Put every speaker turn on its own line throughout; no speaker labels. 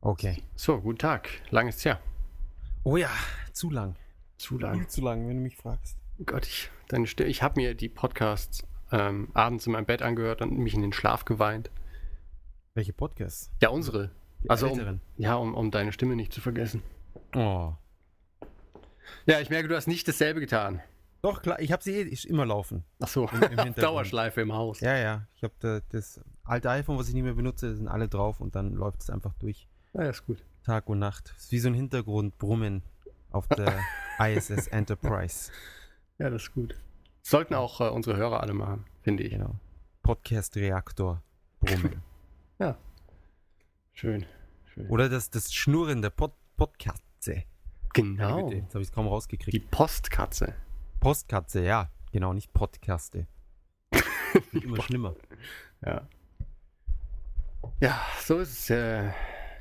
Okay.
So, guten Tag. Lang ist's ja.
Oh ja, zu lang.
Zu
Viel
lang.
zu lang, wenn du mich fragst.
Oh Gott, ich, deine Stimme. Ich habe mir die Podcasts ähm, abends in meinem Bett angehört und mich in den Schlaf geweint.
Welche Podcasts?
Ja, unsere.
Die
Also um-
älteren.
Ja, um, um deine Stimme nicht zu vergessen.
Oh.
Ja, ich merke, du hast nicht dasselbe getan.
Doch, klar, ich habe sie eh ist immer laufen.
Ach so,
Hintergrund.
Dauerschleife im Haus.
Ja, ja. Ich habe da, das alte iPhone, was ich nicht mehr benutze, sind alle drauf und dann läuft es einfach durch.
Ja, ist gut.
Tag und Nacht. Ist wie so ein Hintergrundbrummen auf der ISS Enterprise.
Ja, das ist gut. Sollten auch äh, unsere Hörer alle machen, finde ich.
Genau. Podcast-Reaktor brummen.
Schön. Schön.
Oder das, das Schnurren der Pod Podkatze. Meine
genau.
Güte, Jetzt habe ich es kaum
Die
rausgekriegt.
Postkatze.
Postkatze, ja. Genau, nicht Podcaste. Wird immer schlimmer.
Ja. Ja, so ist es. Äh,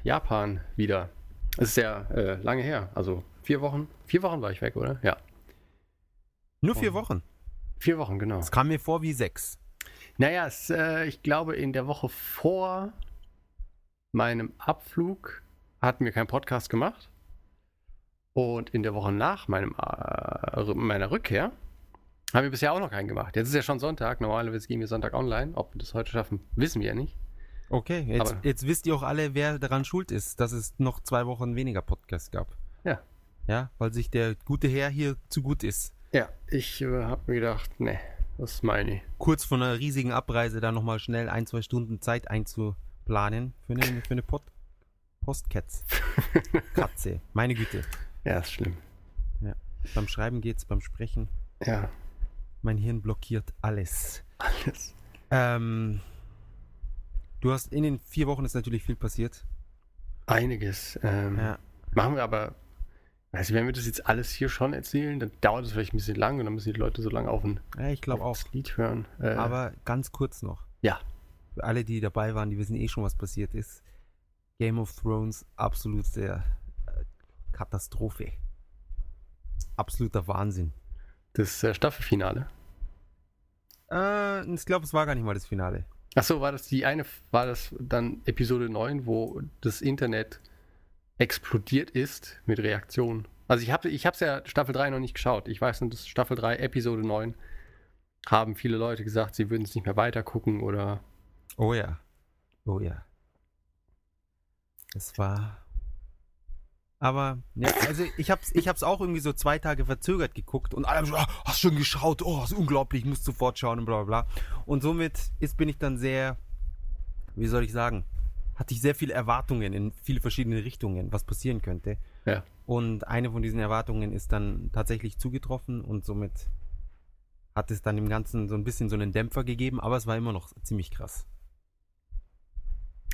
Japan wieder. Es ist ja äh, lange her. Also vier Wochen. Vier Wochen war ich weg, oder? Ja.
Nur vier Wochen.
Vier Wochen, genau.
Es kam mir vor wie sechs.
Naja, es, äh, ich glaube, in der Woche vor meinem Abflug hatten wir keinen Podcast gemacht. Und in der Woche nach meinem, äh, meiner Rückkehr haben wir bisher auch noch keinen gemacht. Jetzt ist ja schon Sonntag. Normalerweise gehen wir Sonntag online. Ob wir das heute schaffen, wissen wir ja nicht.
Okay, jetzt,
Aber-
jetzt wisst ihr auch alle, wer daran schuld ist, dass es noch zwei Wochen weniger Podcast gab.
Ja.
Ja, weil sich der gute Herr hier zu gut ist.
Ja, ich äh, habe mir gedacht, nee, das meine ich.
Kurz vor einer riesigen Abreise da nochmal schnell ein, zwei Stunden Zeit einzuplanen für eine, für eine Pod Postkatz. Katze. Meine Güte.
Ja, ist schlimm.
Beim Schreiben geht's, beim Sprechen.
Ja,
Mein Hirn blockiert alles.
alles.
Ähm, du hast in den vier Wochen ist natürlich viel passiert.
Einiges. Ähm,
Ja.
Machen wir aber, also wenn wir das jetzt alles hier schon erzählen, dann dauert es vielleicht ein bisschen lang und dann müssen die Leute so lange auf ein,
Ja, ich glaube
auf
auch.
das Lied hören. Äh,
Aber ganz kurz noch.
ja,
Für alle, die dabei waren, die wissen eh schon, was passiert ist. Game of Thrones, absolute äh, Katastrophe. Absoluter Wahnsinn.
das äh, Staffelfinale.
Äh, ich glaube, es war gar nicht mal das Finale.
Achso, war das die eine, war das dann Episode 9, wo das Internet explodiert ist mit Reaktionen? Also ich habe ich hab's ja Staffel 3 noch nicht geschaut. Ich weiß nur, dass Staffel 3, Episode 9 haben viele Leute gesagt, sie würden es nicht mehr weitergucken oder
Oh ja. Oh ja. Es war. Aber, ja, also ich hab's, ich hab's auch irgendwie so zwei Tage verzögert geguckt und alle haben schon, ah, hast schon geschaut, oh, ist unglaublich, musst sofort schauen und bla bla bla. Und somit ist, bin ich dann sehr, wie soll ich sagen, hatte ich sehr viele Erwartungen in viele verschiedene Richtungen, was passieren könnte.
Ja.
Und eine von diesen Erwartungen ist dann tatsächlich zugetroffen und somit hat es dann dem Ganzen so ein bisschen so einen Dämpfer gegeben, aber es war immer noch ziemlich krass.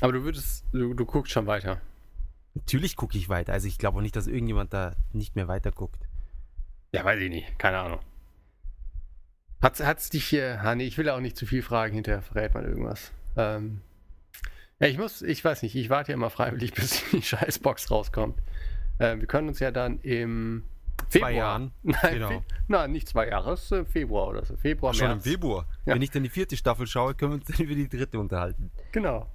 Aber du würdest, du, du guckst schon weiter.
Natürlich gucke ich weiter. Also ich glaube auch nicht, dass irgendjemand da nicht mehr weiter guckt.
Ja, weiß ich nicht. Keine Ahnung. Hat's, hat's dich hier, ah, nee, ich will auch nicht zu viel fragen, hinterher verrät man irgendwas. Ähm, ja, ich muss, ich weiß nicht, ich warte ja immer freiwillig, bis die Scheißbox rauskommt. Ähm, wir können uns ja dann im Februar.
Jahren.
Nein,
Genau.
Fe- nein, nicht zwei Jahre, es ist äh, Februar oder so. Februar, März.
Februar.
Ja.
Wenn ich dann die vierte Staffel schaue, können wir uns dann über die dritte unterhalten.
Genau.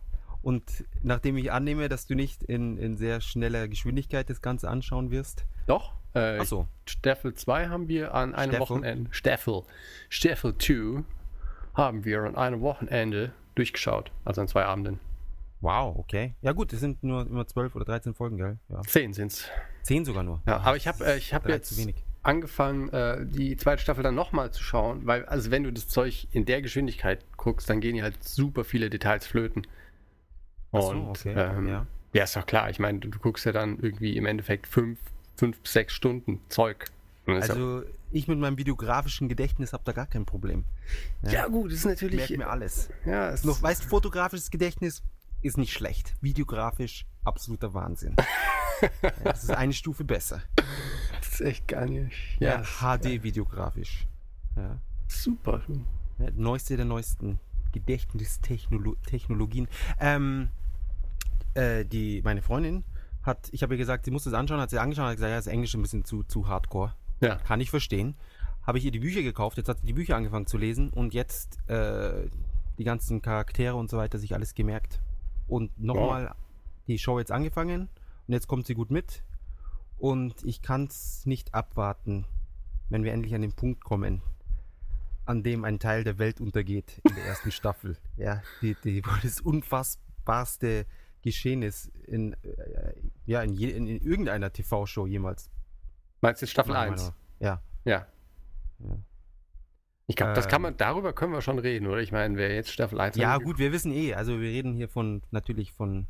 Und nachdem ich annehme, dass du nicht in, in sehr schneller Geschwindigkeit das Ganze anschauen wirst.
Doch. Äh,
Achso,
Staffel 2 haben wir an einem
Staffel?
Wochenende. Staffel. Staffel 2 haben wir an einem Wochenende durchgeschaut. Also an zwei Abenden.
wow, okay. Ja gut, es sind nur immer zwölf oder 13 Folgen, gell? Ja.
Zehn sind's.
Zehn sogar nur.
Ja, aber ich habe äh, ich hab
drei
jetzt
zu wenig.
angefangen, äh, die zweite Staffel dann nochmal zu schauen, weil, also wenn du das Zeug in der Geschwindigkeit guckst, dann gehen dir halt super viele Details flöten. Und,
Achso, okay.
Ähm, ja.
ja.
ist doch klar. Ich meine, du, du guckst ja dann irgendwie im Endeffekt fünf, fünf, bis sechs Stunden Zeug. Und ist
Also ich mit meinem videografischen Gedächtnis habe da gar kein Problem.
ja, ja, gut, ist
Ich merke
natürlich.
mir alles.
Ja, ist
Noch, weißt, fotografisches Gedächtnis ist nicht schlecht. Videografisch absoluter Wahnsinn. ja, das ist eine Stufe besser.
das ist echt gar nicht. Ja,
HD-videografisch. Ja.
super.
Ja, Neueste der neuesten Gedächtnistechnologien. Ähm, äh, die, meine Freundin hat, ich habe ihr gesagt, sie muss es anschauen, hat sie angeschaut, hat gesagt, ja, das Englische ein bisschen zu, zu hardcore.
Ja,
Kann ich verstehen. Habe ich ihr die Bücher gekauft, jetzt hat sie die Bücher angefangen zu lesen und jetzt äh, die ganzen Charaktere und so weiter sich alles gemerkt. Und
Wow.
nochmal die Show jetzt angefangen und jetzt kommt sie gut mit. Und ich kann es nicht abwarten, wenn wir endlich an den Punkt kommen, an dem ein Teil der Welt untergeht in der ersten Staffel. Ja, die, die, das unfassbarste Geschehnis in, äh, ja, in, je, in, in irgendeiner TV-Show jemals.
Meinst du jetzt Staffel 1?
Meiner- Ja.
Ja.
Ja.
Ich glaube, das kann
Ähm.
man, darüber können wir schon reden, oder? Ich meine, wer jetzt Staffel 1
Ja,
angeguckt-
gut, wir wissen eh. Also wir reden hier von natürlich von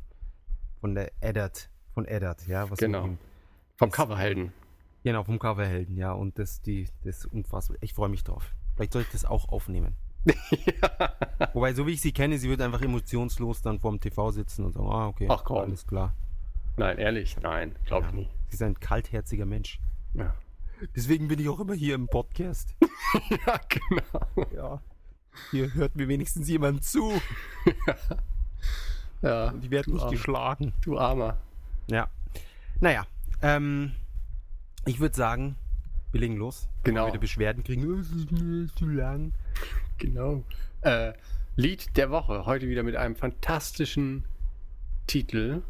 von der Eddard, von Eddard, ja, was
Genau.
mit ihm-
vom
ist-
Coverhelden.
genau vom Coverhelden, ja, und das die das unfassbar. Ich freue mich drauf. Vielleicht soll ich das auch aufnehmen.
ja.
Wobei, so wie ich sie kenne, sie wird einfach emotionslos dann vorm TV sitzen und sagen, ah, okay,
Ach komm.
alles klar.
Nein, ehrlich, nein, glaube ich
Ja.
nicht.
Sie ist ein kaltherziger Mensch.
Ja.
Deswegen bin ich auch immer hier im Podcast.
ja, genau.
Ja. Hier hört mir wenigstens jemand zu.
Ja,
Ich werde nicht
Arme.
geschlagen.
du Armer.
Ja. Naja, ähm, ich würde sagen, wir legen los.
Genau.
Wieder Beschwerden kriegen. "Oh, Es ist mir zu lang.
Genau. Äh, Lied der Woche. Heute wieder mit einem fantastischen Titel.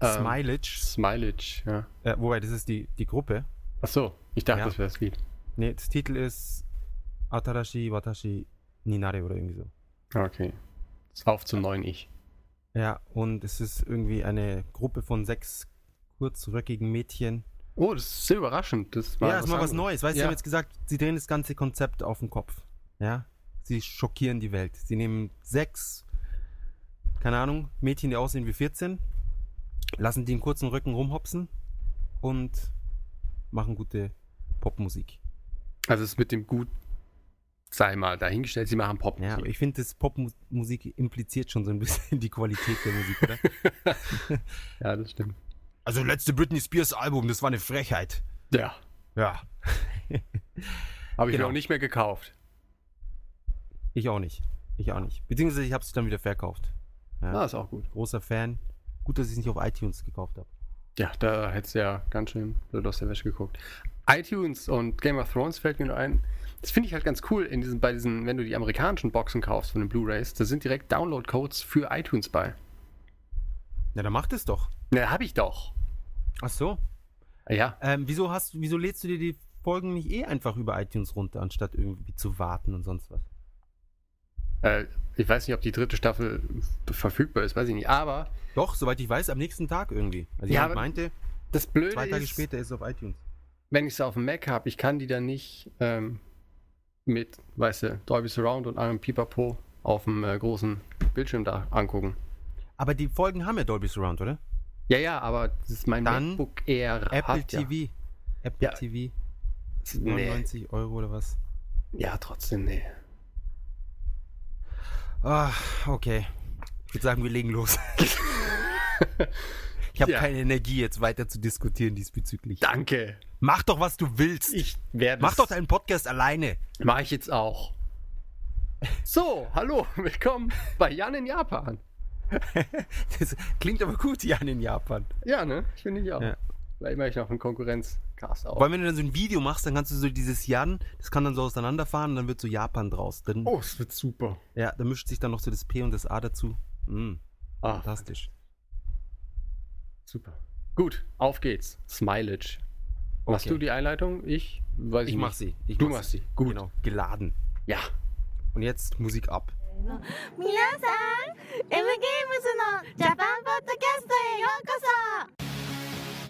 Ähm,
Smilage.
Smilage, ja.
Äh, wobei, das ist die, die Gruppe.
Ach so, ich dachte,
Ja.
das wäre das Lied.
Nee, das Titel ist Atarashi Watashi Ninare oder irgendwie so.
Ah, Okay. Auf zum neuen Ich.
Ja, und es ist irgendwie eine Gruppe von sechs kurzröckigen Mädchen.
Oh, das ist sehr überraschend. Das ist
ja, ist mal was
anderes.
Neues. Weißt du,
Ja.
sie haben jetzt gesagt, sie drehen das ganze Konzept auf den Kopf. Ja. Sie schockieren die Welt. Sie nehmen sechs, keine Ahnung, Mädchen, die aussehen wie 14, lassen die im kurzen Rücken rumhopsen und machen gute Popmusik.
Also es ist mit dem Gut, sei mal, dahingestellt, sie machen Pop.
Ja, aber ich finde, das Popmusik impliziert schon so ein bisschen die Qualität der Musik, oder?
ja, das stimmt.
Also letzte Britney Spears Album, das war eine Frechheit.
Ja.
Ja.
Habe ich
Genau.
mir auch nicht mehr gekauft.
Ich auch nicht. Ich auch nicht. Beziehungsweise ich habe es dann wieder verkauft. Ja.
Ah, ist auch gut.
großer Fan. Gut, dass ich es nicht auf iTunes gekauft habe.
Ja, da hättest du ja ganz schön blöd aus der Wäsche geguckt. iTunes und Game of Thrones fällt mir nur ein. Das finde ich halt ganz cool, in diesen, bei diesen, wenn du die amerikanischen Boxen kaufst von den Blu-Rays, da sind direkt Download-Codes für iTunes bei.
Na, dann mach das doch.
Na, hab ich doch. Ah
Ach so.
Ja,
Ähm, wieso, hast, wieso lädst du dir die Folgen nicht eh einfach über iTunes runter, anstatt irgendwie zu warten und sonst was?
äh, ich weiß nicht, ob die dritte Staffel f- verfügbar ist, weiß ich nicht. Aber
Doch, soweit ich weiß, am nächsten Tag irgendwie. Also
Ja,
jemand
aber
meinte,
das Blöde
zwei Tage
ist,
später ist es auf iTunes.
wenn ich sie auf dem Mac habe, ich kann die dann nicht ähm, mit, weißt du, Dolby Surround und allem Pipapo auf dem äh, großen Bildschirm da angucken.
Aber die Folgen haben ja Dolby Surround, oder?
Ja, ja, aber das ist mein
Dann
MacBook Air.
Apple
hat ja-
TV. Apple
Ja.
TV.
Nee.
99 Euro oder was?
Ja, trotzdem, nee.
Ah, okay. Ich würde sagen, wir legen los. ich habe
Ja.
keine Energie, jetzt weiter zu diskutieren diesbezüglich.
Danke.
Mach doch, was du willst.
Ich werde
Mach doch deinen Podcast alleine.
Mach ich jetzt auch. So, hallo, willkommen bei Jan in Japan.
Das klingt aber gut, Jan, in Japan.
Ja, ne? Ich finde ich auch.
Ja.
Vielleicht mache ich noch einen Konkurrenzcast auf.
Weil wenn du dann so ein Video machst, dann kannst du so dieses Jan, das kann dann so auseinanderfahren und dann wird so Japan draus. Dann,
Oh, es wird super.
Ja, da mischt sich dann noch so das P und das A dazu. Mm,
Ah,
fantastisch.
super. Gut, auf geht's. Smilage. Machst
Okay.
du die Einleitung? Ich weiß
Ich
nicht.
mach sie. Ich
Du machst sie. Gut.
Genau, geladen.
Ja.
Und jetzt Musik ab.
皆さん M ゲームズのジャパンポッドキャストへようこそ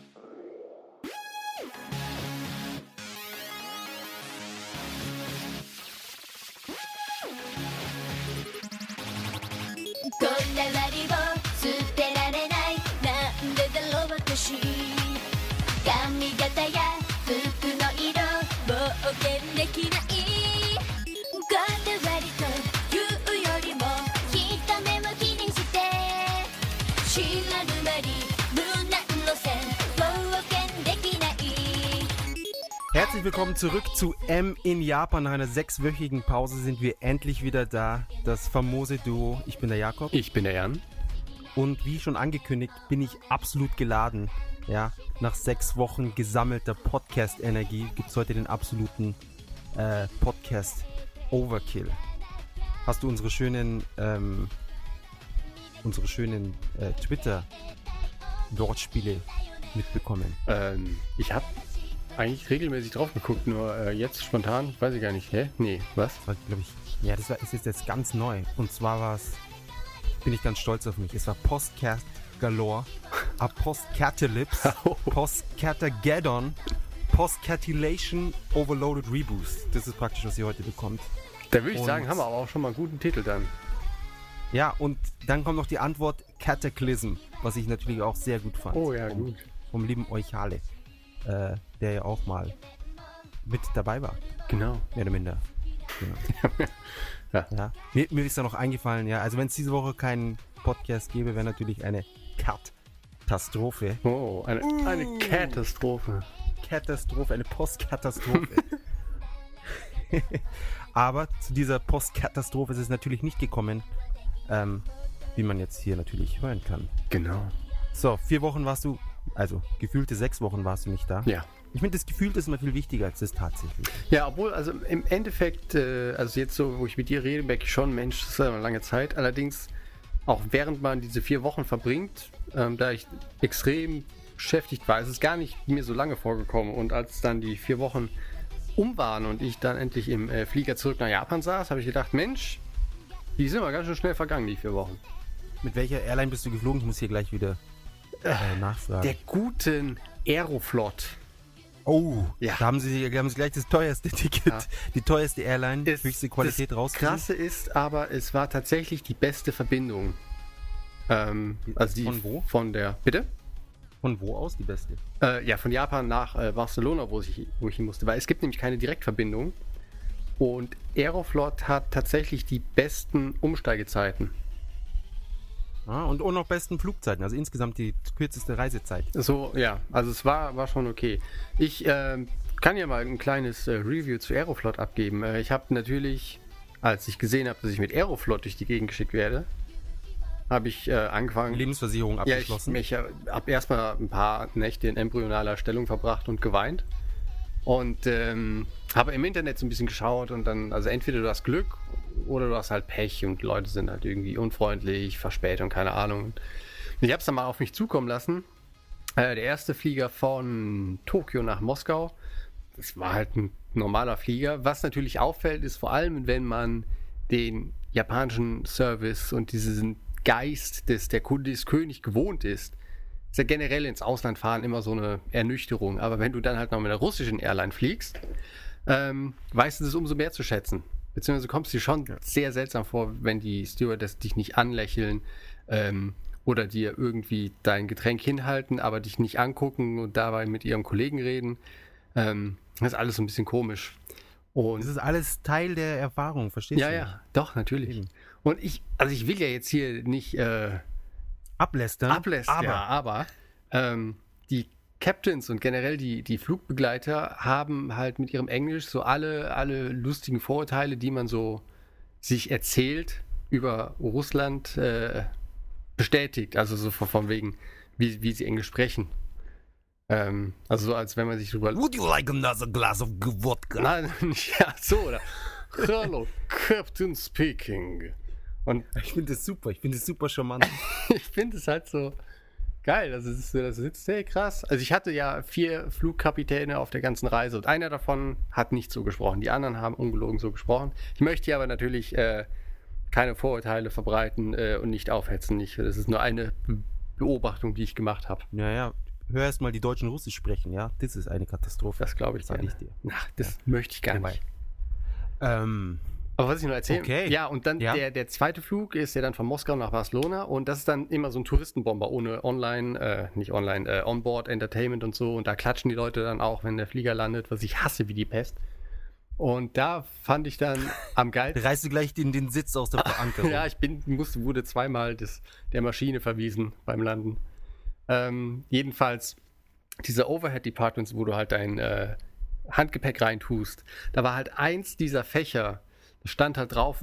こんなわりを捨てられないなんでだろう私髪型や服の色冒険できないこんなわりと言うよりも人目向きにして知らぬ間に無難路線冒険できない
Herzlich willkommen zurück zu M in Japan. Nach einer sechswöchigen Pause sind wir endlich wieder da. Das famose Duo. Ich bin der Jakob.
Ich bin der Jan.
Und wie schon angekündigt, bin ich absolut geladen. Ja, nach sechs Wochen gesammelter Podcast-Energie gibt es heute den absoluten äh, Podcast Overkill. Hast du unsere schönen ähm, unsere schönen äh, Twitter-Wortspiele mitbekommen?
Ähm, ich habe eigentlich regelmäßig drauf geguckt, nur äh, jetzt spontan, weiß ich gar nicht. Hä? Nee, was?
Das war, glaube ich, ja, das war, ist jetzt jetzt ganz neu. Und zwar war es, bin ich ganz stolz auf mich, es war Postcast Galore, ah, Postcatalips,
Oh.
Postcatageddon, Postcatilation Overloaded Reboost. Das ist praktisch, was ihr heute bekommt.
Da würde ich
Und-
sagen, haben wir aber auch schon mal einen guten Titel dann.
Ja, und dann kommt noch die Antwort Cataclysm, was ich natürlich auch sehr gut fand.
Oh ja,
vom,
gut.
Vom lieben Euchale, äh, der ja auch mal mit dabei war.
Genau.
Mehr oder minder. Genau.
Ja.
ja. Mir, mir ist da noch eingefallen, ja. Also wenn es diese Woche keinen Podcast gäbe, wäre natürlich eine Katastrophe.
Oh, eine, eine Katastrophe.
Katastrophe, eine Postkatastrophe. Aber zu dieser Postkatastrophe ist es natürlich nicht gekommen, ähm, wie man jetzt hier natürlich hören kann.
Genau.
So, vier Wochen warst du, also gefühlte sechs Wochen warst du nicht da.
Ja.
Ich finde, das Gefühl ist immer viel wichtiger als das tatsächlich.
Ja, obwohl, also im Endeffekt, äh, also jetzt so, wo ich mit dir rede, merke ich schon, Mensch, das ist ja eine lange Zeit. Allerdings, auch während man diese vier Wochen verbringt, ähm, da ich extrem beschäftigt war, ist es gar nicht mir so lange vorgekommen. Und als dann die vier Wochen um waren und ich dann endlich im äh, Flieger zurück nach Japan saß, habe ich gedacht, Mensch, die sind aber ganz schön schnell vergangen, die vier Wochen.
Mit welcher Airline bist du geflogen? Ich muss hier gleich wieder äh, nachfragen.
Ah, Der guten Aeroflot.
oh,
Ja.
da haben sie, da haben sie gleich das teuerste Ticket,
Ja.
die teuerste Airline,
ist-
höchste Qualität
das
raus.
Krasse ist aber, es war tatsächlich die beste Verbindung. Ähm, also die
Von wo?
Von der. Bitte?
Von wo aus die beste?
Äh, ja, von Japan nach äh, Barcelona, wo ich, wo ich hin musste. Weil es gibt nämlich keine Direktverbindung. Und Aeroflot hat tatsächlich die besten Umsteigezeiten.
Ah, und auch noch besten Flugzeiten, also insgesamt die kürzeste Reisezeit.
So, ja, also es war, war schon okay. Ich ähm, kann ja mal ein kleines äh, Review zu Aeroflot abgeben. Äh, ich habe natürlich, als ich gesehen habe, dass ich mit Aeroflot durch die Gegend geschickt werde, habe ich äh, angefangen.
Lebensversicherung
Ja, ich,
abgeschlossen.
ich habe erstmal ein paar Nächte in embryonaler Stellung verbracht und geweint. Und ähm, habe im Internet so ein bisschen geschaut und dann, also entweder du hast Glück oder du hast halt Pech und Leute sind halt irgendwie unfreundlich, Verspätung, keine Ahnung. Und ich habe es dann mal auf mich zukommen lassen. Äh, der erste Flieger von Tokio nach Moskau, das war halt ein normaler Flieger. Was natürlich auffällt, ist vor allem, wenn man den japanischen Service und diesen Geist des der Kunde ist König gewohnt ist, ist ja generell ins Ausland fahren immer so eine Ernüchterung. Aber wenn du dann halt noch mit einer russischen Airline fliegst, ähm, weißt du das umso mehr zu schätzen. Beziehungsweise kommst du dir schon sehr seltsam vor, wenn die Stewardess dich nicht anlächeln ähm, oder dir irgendwie dein Getränk hinhalten, aber dich nicht angucken und dabei mit ihrem Kollegen reden. Ähm, das ist alles so ein bisschen komisch. Und
Das ist alles Teil der Erfahrung, verstehst
ja,
du?
ja, doch, natürlich.
Eben.
Und ich, also ich will ja jetzt hier nicht äh,
Ablästern.
ablässt, aber,
aber
Ne? aber ähm, die Captains und generell die, die Flugbegleiter haben halt mit ihrem Englisch so alle, alle lustigen Vorurteile, die man so sich erzählt über Russland, äh, bestätigt. Also so von, von wegen, wie, wie sie Englisch sprechen. Ähm, also so, als wenn man sich drüber
Would you like another glass of vodka?
Nein, nicht ja, so oder. Hello, Captain speaking. Und
Ich finde das super, ich finde das super charmant.
ich finde es halt so geil. Also es ist so, das sitzt sehr krass. Also ich hatte ja vier Flugkapitäne auf der ganzen Reise und einer davon hat nicht so gesprochen. Die anderen haben ungelogen so gesprochen. Ich möchte hier aber natürlich äh, keine Vorurteile verbreiten äh, und nicht aufhetzen. Ich, das ist nur eine Beobachtung, die ich gemacht habe.
Naja, hör erst mal die Deutschen Russisch sprechen, ja? Das ist eine Katastrophe.
Das glaube ich
sag
gerne.
ich dir.
Na, das möchte ich gar
Dabei.
nicht.
Ähm,
Aber was ich noch erzählen
Okay.
Ja, und dann
Ja.
Der, der zweite Flug ist ja dann von Moskau nach Barcelona und das ist dann immer so ein Touristenbomber ohne Online, äh, nicht Online, äh, Onboard Entertainment und so und da klatschen die Leute dann auch, wenn der Flieger landet, was ich hasse wie die Pest. Und da fand ich dann am geilsten.
reißt du gleich den, den Sitz aus der Verankerung.
Ja, ich bin, musste, wurde zweimal des, der Maschine verwiesen beim Landen. Ähm, jedenfalls, diese Overhead-Departments, wo du halt dein äh, Handgepäck reintust, da war halt eins dieser Fächer, da stand halt drauf,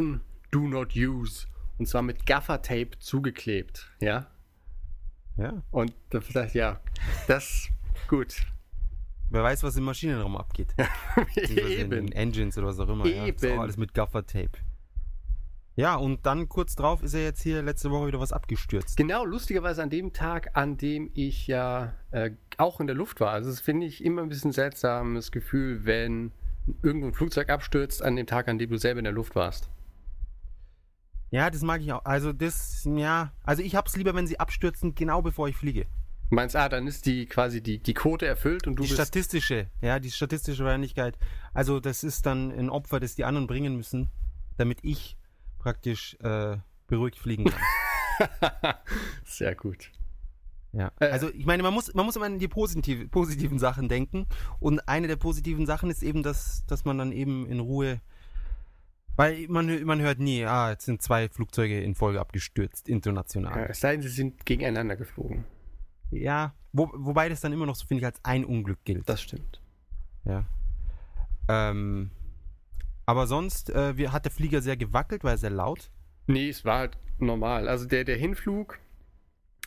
do not use. Und zwar mit Gaffer-Tape zugeklebt, ja.
ja.
Und da vielleicht, ja, das, gut.
Wer weiß, was im Maschinenraum abgeht. Beziehungsweise In den
Eben.
Engines oder was auch immer. Ja. Das ist
Eben.
auch alles mit Gaffer-Tape. Ja, und dann kurz drauf ist ja jetzt hier letzte Woche wieder was abgestürzt.
Genau, lustigerweise an dem Tag, an dem ich ja äh, auch in der Luft war. Also, das finde ich immer ein bisschen seltsames Gefühl, wenn irgendwo ein Flugzeug abstürzt, an dem Tag, an dem du selber in der Luft warst.
Ja, das mag ich auch. Also das, ja, also ich hab's lieber, wenn sie abstürzen, genau bevor ich fliege.
Du meinst, ah, dann ist die quasi die, die Quote erfüllt und du
Die
bist.
statistische, ja, die statistische Wahrscheinlichkeit. Also das ist dann ein Opfer, das die anderen bringen müssen, damit ich praktisch äh, beruhigt fliegen kann.
Sehr gut.
Ja.
Äh,
also ich meine, man muss, man muss immer an die positive, positiven Sachen denken. Und eine der positiven Sachen ist eben, dass, dass man dann eben in Ruhe. Weil man, hö- man hört nie, ah, jetzt sind zwei Flugzeuge in Folge abgestürzt, international.
Ja, es sei denn, sie sind gegeneinander geflogen.
Ja, wo, wobei das dann immer noch so, finde ich, als ein Unglück gilt.
Das stimmt.
Ja. Ähm, aber sonst äh, wir, hat der Flieger sehr gewackelt, war er sehr laut.
Nee, es war halt normal. Also der, der Hinflug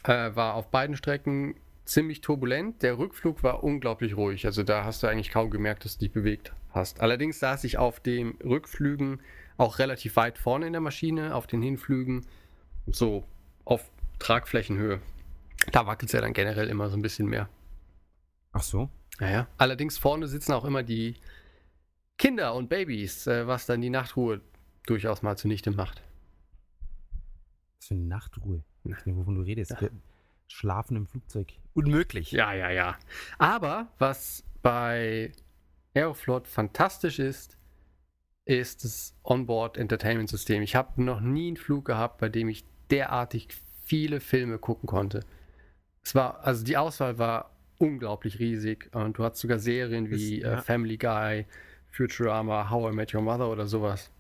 äh, war auf beiden Strecken ziemlich turbulent. Der Rückflug war unglaublich ruhig. Also da hast du eigentlich kaum gemerkt, dass du dich bewegt hast. Allerdings saß ich auf den Rückflügen auch relativ weit vorne in der Maschine, auf den Hinflügen so auf Tragflächenhöhe. Da wackelt es ja dann generell immer so ein bisschen mehr.
Ach so.
Naja. Allerdings vorne sitzen auch immer die Kinder und Babys, äh, was dann die Nachtruhe durchaus mal zunichte macht.
Was für eine Nachtruhe. Ich
Na.
weiß nicht, wovon du redest.
Ja.
Wir schlafen im Flugzeug. Unmöglich.
Ja, ja, ja. Aber was bei Aeroflot fantastisch ist, ist das Onboard-Entertainment-System. Ich habe noch nie einen Flug gehabt, bei dem ich derartig viele Filme gucken konnte. Es war, also die Auswahl war unglaublich riesig und du hast sogar Serien wie
Ist- ja.
äh, Family Guy, Futurama, How I Met Your Mother oder sowas.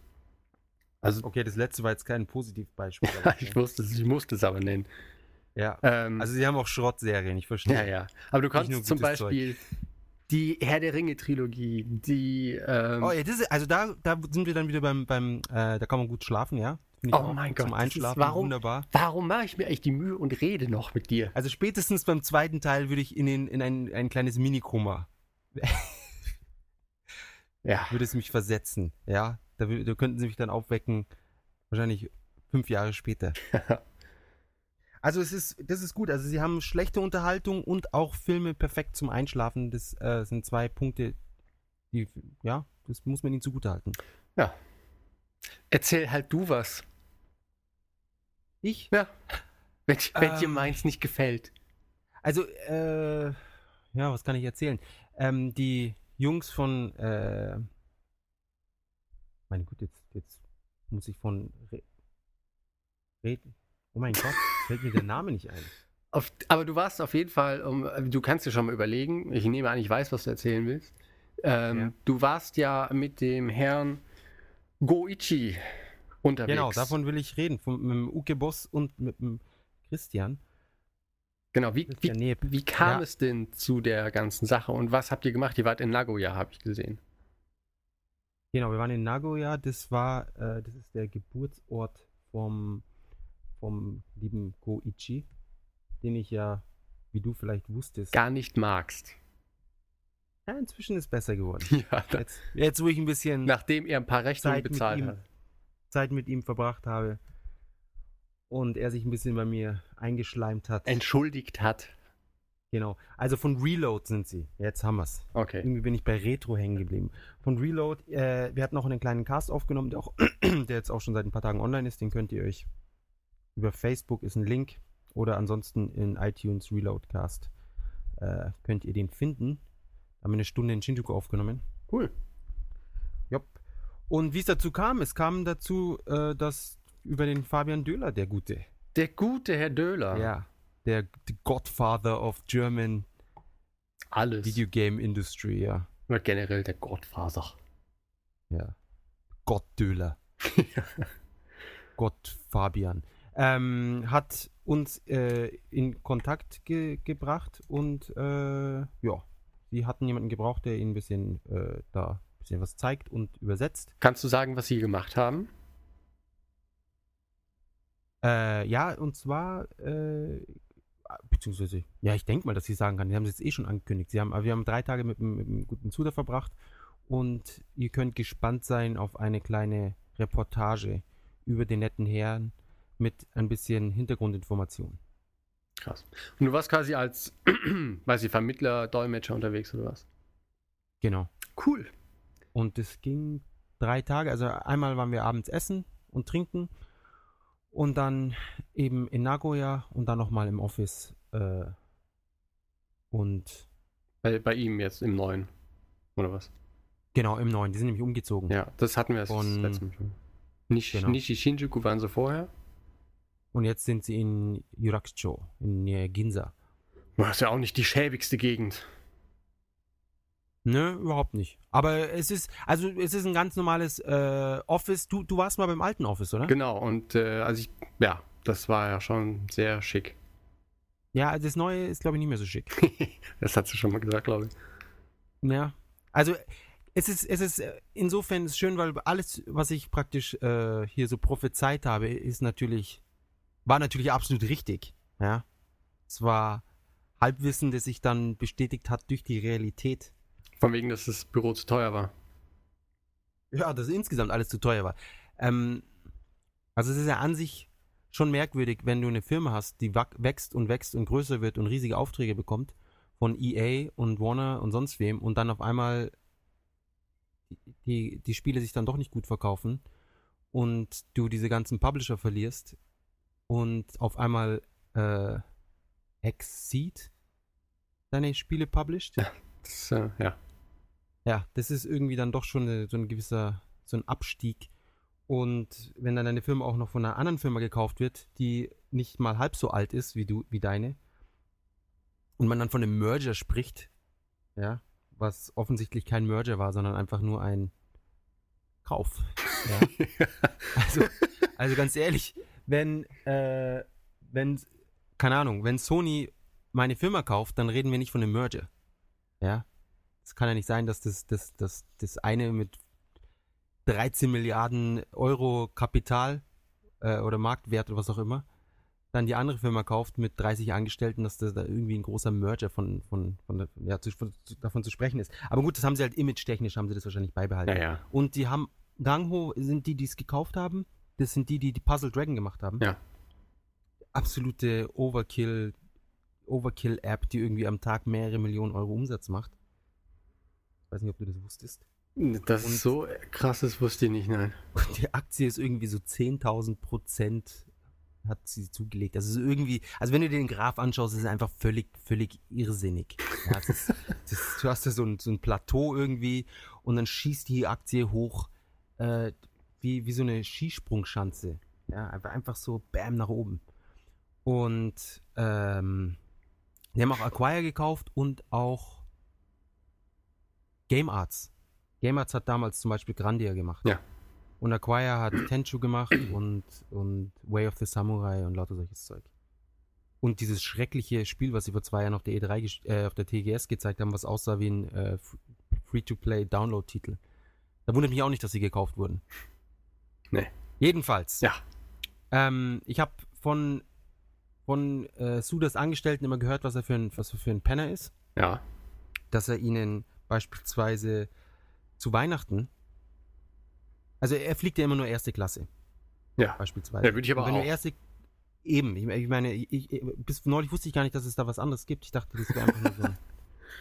Also
Okay, das letzte war jetzt kein Positivbeispiel.
ich wusste es, ich musste es aber nennen.
ja.
Ähm,
Also sie haben auch Schrottserien, ich verstehe.
Ja, ja. Aber du
nur
kannst zum
gutes Zeug.
Beispiel die Herr der Ringe-Trilogie, die. Ähm,
Oh, ja, das ist, also da, da sind wir dann wieder beim, beim äh, da kann man gut schlafen, ja. Finde ich
Oh mein Gott,
Zum
das ist-
Einschlafen,
warum-
wunderbar.
Warum mache ich mir eigentlich die Mühe und rede noch mit dir?
Also spätestens beim zweiten Teil würde ich in, den, in ein, ein kleines Minikoma,
Ja.
würde es mich versetzen, ja. Da, wür- da könnten sie mich dann aufwecken, wahrscheinlich fünf Jahre später. also es ist, das ist gut. Also sie haben schlechte Unterhaltung und auch Filme perfekt zum Einschlafen. Das äh, sind zwei Punkte, die, ja, das muss man ihnen zugutehalten.
Erzähl halt du was.
Ich?
Ja. Wenn, wenn dir
Ähm.
meins nicht gefällt.
Also, äh, ja, was kann ich erzählen? Ähm, die Jungs von, äh, meine Güte, jetzt, jetzt muss ich von Re Re Oh mein Gott, fällt mir der Name nicht ein.
Auf, aber du warst auf jeden Fall, um, du kannst dir schon mal überlegen, ich nehme an, ich weiß, was du erzählen willst. Ähm,
Ja.
Du warst ja mit dem Herrn Goichi unterwegs.
Genau, davon will ich reden, vom, mit dem Uke Boss und mit dem Christian.
Genau, wie, wie,
Christian Neb.
Wie kam
Ja.
es denn zu der ganzen Sache und was habt ihr gemacht? Ihr wart in Nagoya, habe ich gesehen.
Genau, wir waren in Nagoya, das war, äh, das ist der Geburtsort vom, vom lieben Goichi, den ich ja, wie du vielleicht wusstest,
Gar nicht magst.
ja, inzwischen ist besser geworden.
Ja, da-
Jetzt, jetzt wo ich ein bisschen
nachdem ihr ein paar Rechnungen
Zeit mit,
bezahlt
ihm,
habt.
Zeit mit ihm verbracht habe und er sich ein bisschen bei mir eingeschleimt hat.
Entschuldigt hat.
genau. Also von Reload sind sie. Jetzt haben wir's.
Okay.
Irgendwie bin ich bei Retro hängen geblieben. Von Reload, äh, wir hatten auch einen kleinen Cast aufgenommen, der, auch, der jetzt auch schon seit ein paar Tagen online ist. Den könnt ihr euch über Facebook ist ein Link oder ansonsten in iTunes Reloadcast äh, könnt ihr den finden. Haben wir eine Stunde in Shinjuku aufgenommen.
Cool.
Jopp. Und wie es dazu kam, es kam dazu, äh, dass über den Fabian Döhler, der Gute,
Der gute Herr Döhler.
ja, der the Godfather of German
Alles.
Video Game Industry, ja,
Oder generell der Gottfaser.
ja, Gott Döhler, Gott Fabian, ähm, hat uns äh, in Kontakt ge gebracht und äh, ja, sie hatten jemanden gebraucht, der ihnen ein bisschen äh, da ein bisschen was zeigt und übersetzt.
Kannst du sagen, was sie gemacht haben?
Äh, ja, und zwar, äh, beziehungsweise, ja, ich denke mal, dass ich sagen kann, die haben es jetzt eh schon angekündigt. Sie haben, aber wir haben drei Tage mit, dem- mit einem guten Zuder verbracht und ihr könnt gespannt sein auf eine kleine Reportage über den netten Herrn mit ein bisschen Hintergrundinformationen.
Krass. Und du warst quasi als, weiß ich, Vermittler, Dolmetscher unterwegs oder was?
Genau.
Cool.
Und es ging drei Tage. Also einmal waren wir abends essen und trinken und dann eben in Nagoya und dann nochmal im Office. Äh, und
Bei, bei ihm jetzt im neuen. Oder was?
genau, im Neuen. Die sind nämlich umgezogen.
Ja, das hatten wir das
Von-
letzte Mal schon. Nicht,
Genau.
nicht die Shinjuku waren sie vorher.
Und jetzt sind sie in Yurakucho, in Nähe Ginza.
Das ist ja auch nicht die schäbigste Gegend.
Nö, Ne, überhaupt nicht. Aber es ist, also es ist ein ganz normales äh, Office. Du, du warst mal beim alten Office, oder?
Genau, und äh, also ich, ja, das war ja schon sehr schick.
Ja, das Neue ist, glaube ich, nicht mehr so schick.
Das hat sie schon mal gesagt, glaube ich.
Ja. Also es ist, es ist äh, insofern ist schön, weil alles, was ich praktisch äh, hier so prophezeit habe, ist natürlich, war natürlich absolut richtig. Ja. Es war Halbwissen, das sich dann bestätigt hat durch die Realität.
Von wegen, dass das Büro zu teuer war.
Ja, dass insgesamt alles zu teuer war. Ähm, also es ist ja an sich schon merkwürdig, wenn du eine Firma hast, die wac- wächst und wächst und größer wird und riesige Aufträge bekommt von EA und Warner und sonst wem und dann auf einmal die, die Spiele sich dann doch nicht gut verkaufen und du diese ganzen Publisher verlierst und auf einmal äh, Exceed deine Spiele published.
Das, äh, ja.
Ja, das ist irgendwie dann doch schon äh, so ein gewisser, so ein Abstieg. Und wenn dann deine Firma auch noch von einer anderen Firma gekauft wird, die nicht mal halb so alt ist wie du, wie deine, und man dann von einem Merger spricht, ja, was offensichtlich kein Merger war, sondern einfach nur ein Kauf. Ja. also, also ganz ehrlich, wenn, äh, wenn, keine Ahnung, wenn Sony meine Firma kauft, dann reden wir nicht von einem Merger. Ja. Es kann ja nicht sein, dass das, das, das, das eine mit 13 Milliarden Euro Kapital äh, oder Marktwert oder was auch immer, dann die andere Firma kauft mit 30 Angestellten, dass das da irgendwie ein großer Merger von, von, von, der- ja, zu, von zu, davon zu sprechen ist. Aber gut, das haben sie halt image-technisch, haben sie das wahrscheinlich beibehalten.
Naja.
Und die haben Gangho sind die, die es gekauft haben. Das sind die, die die Puzzle Dragon gemacht haben.
Ja.
Absolute Overkill, Overkill-App, die irgendwie am Tag mehrere Millionen Euro Umsatz macht. Ich weiß nicht, ob du das wusstest.
Das
Und-
ist so krass, das wusste ich nicht, nein.
Die Aktie ist irgendwie so 10.000 Prozent hat sie zugelegt. Das ist irgendwie, also wenn du dir den Graph anschaust, ist es einfach völlig, völlig irrsinnig. Ja, es ist, es ist, du hast da so ein, so ein Plateau irgendwie und dann schießt die Aktie hoch äh, wie, wie so eine Skisprungschanze. Ja, einfach, einfach so bam nach oben. Und ähm, die haben auch Acquire gekauft und auch Game Arts. Game Arts hat damals zum Beispiel Grandia gemacht.
Ja.
Und Acquire hat Tenchu gemacht und, und Way of the Samurai und lauter solches Zeug. Und dieses schreckliche Spiel, was sie vor zwei Jahren auf der E3 gest- äh, auf der TGS gezeigt haben, was aussah wie ein äh, F- Free-to-Play-Download-Titel. Da wundert mich auch nicht, dass sie gekauft wurden.
Nee.
Jedenfalls.
Ja.
Ähm, ich habe von, von äh, Sudas Angestellten immer gehört, was er, für ein, was er für ein Penner ist.
Ja.
Dass er ihnen beispielsweise zu Weihnachten. Also er fliegt ja immer nur erste Klasse
Ja.
beispielsweise.
Ja, würde ich aber
Und wenn
auch.
du erste eben, ich, ich meine, ich, ich, bis neulich wusste ich gar nicht, dass es da was anderes gibt. Ich dachte, das wäre einfach nur so ein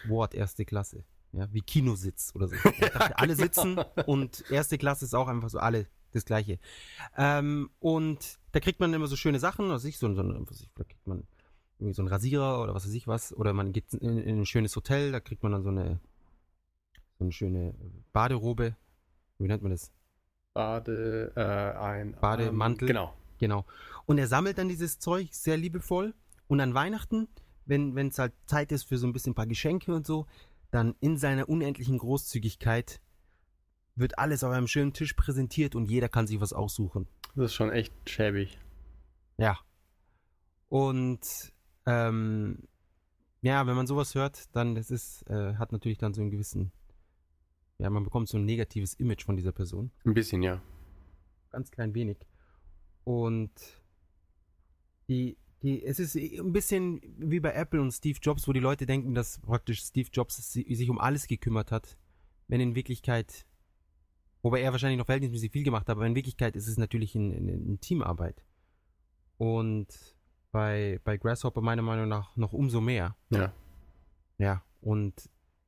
Wort erste Klasse, ja, wie Kinositz oder so. Ich dachte, alle sitzen und erste Klasse ist auch einfach so alle das gleiche. Ähm, und da kriegt man immer so schöne Sachen, was weiß ich so, ein- so ein- was weiß ich, da kriegt man irgendwie so einen Rasierer oder was weiß ich was oder man geht in, in ein schönes Hotel, da kriegt man dann so eine so eine schöne Baderobe. Wie nennt man das?
Bade, äh, ein
Bademantel.
Genau.
Genau. Und er sammelt dann dieses Zeug sehr liebevoll. Und an Weihnachten, wenn wenn es halt Zeit ist für so ein bisschen ein paar Geschenke und so, dann in seiner unendlichen Großzügigkeit wird alles auf einem schönen Tisch präsentiert und jeder kann sich was aussuchen.
Das ist schon echt schäbig.
Ja. Und ähm, ja, wenn man sowas hört, dann das ist, äh, hat natürlich dann so einen gewissen, ja, man bekommt so ein negatives Image von dieser Person.
Ein bisschen, ja.
ganz klein wenig. Und die, die, es ist ein bisschen wie bei Apple und Steve Jobs, wo die Leute denken, dass praktisch Steve Jobs si- sich um alles gekümmert hat, wenn in Wirklichkeit Wobei er wahrscheinlich noch verhältnismäßig viel gemacht hat, aber in Wirklichkeit ist es natürlich in, in, in Teamarbeit. Und bei, bei Grasshopper meiner Meinung nach noch umso mehr.
Ja.
Ja, und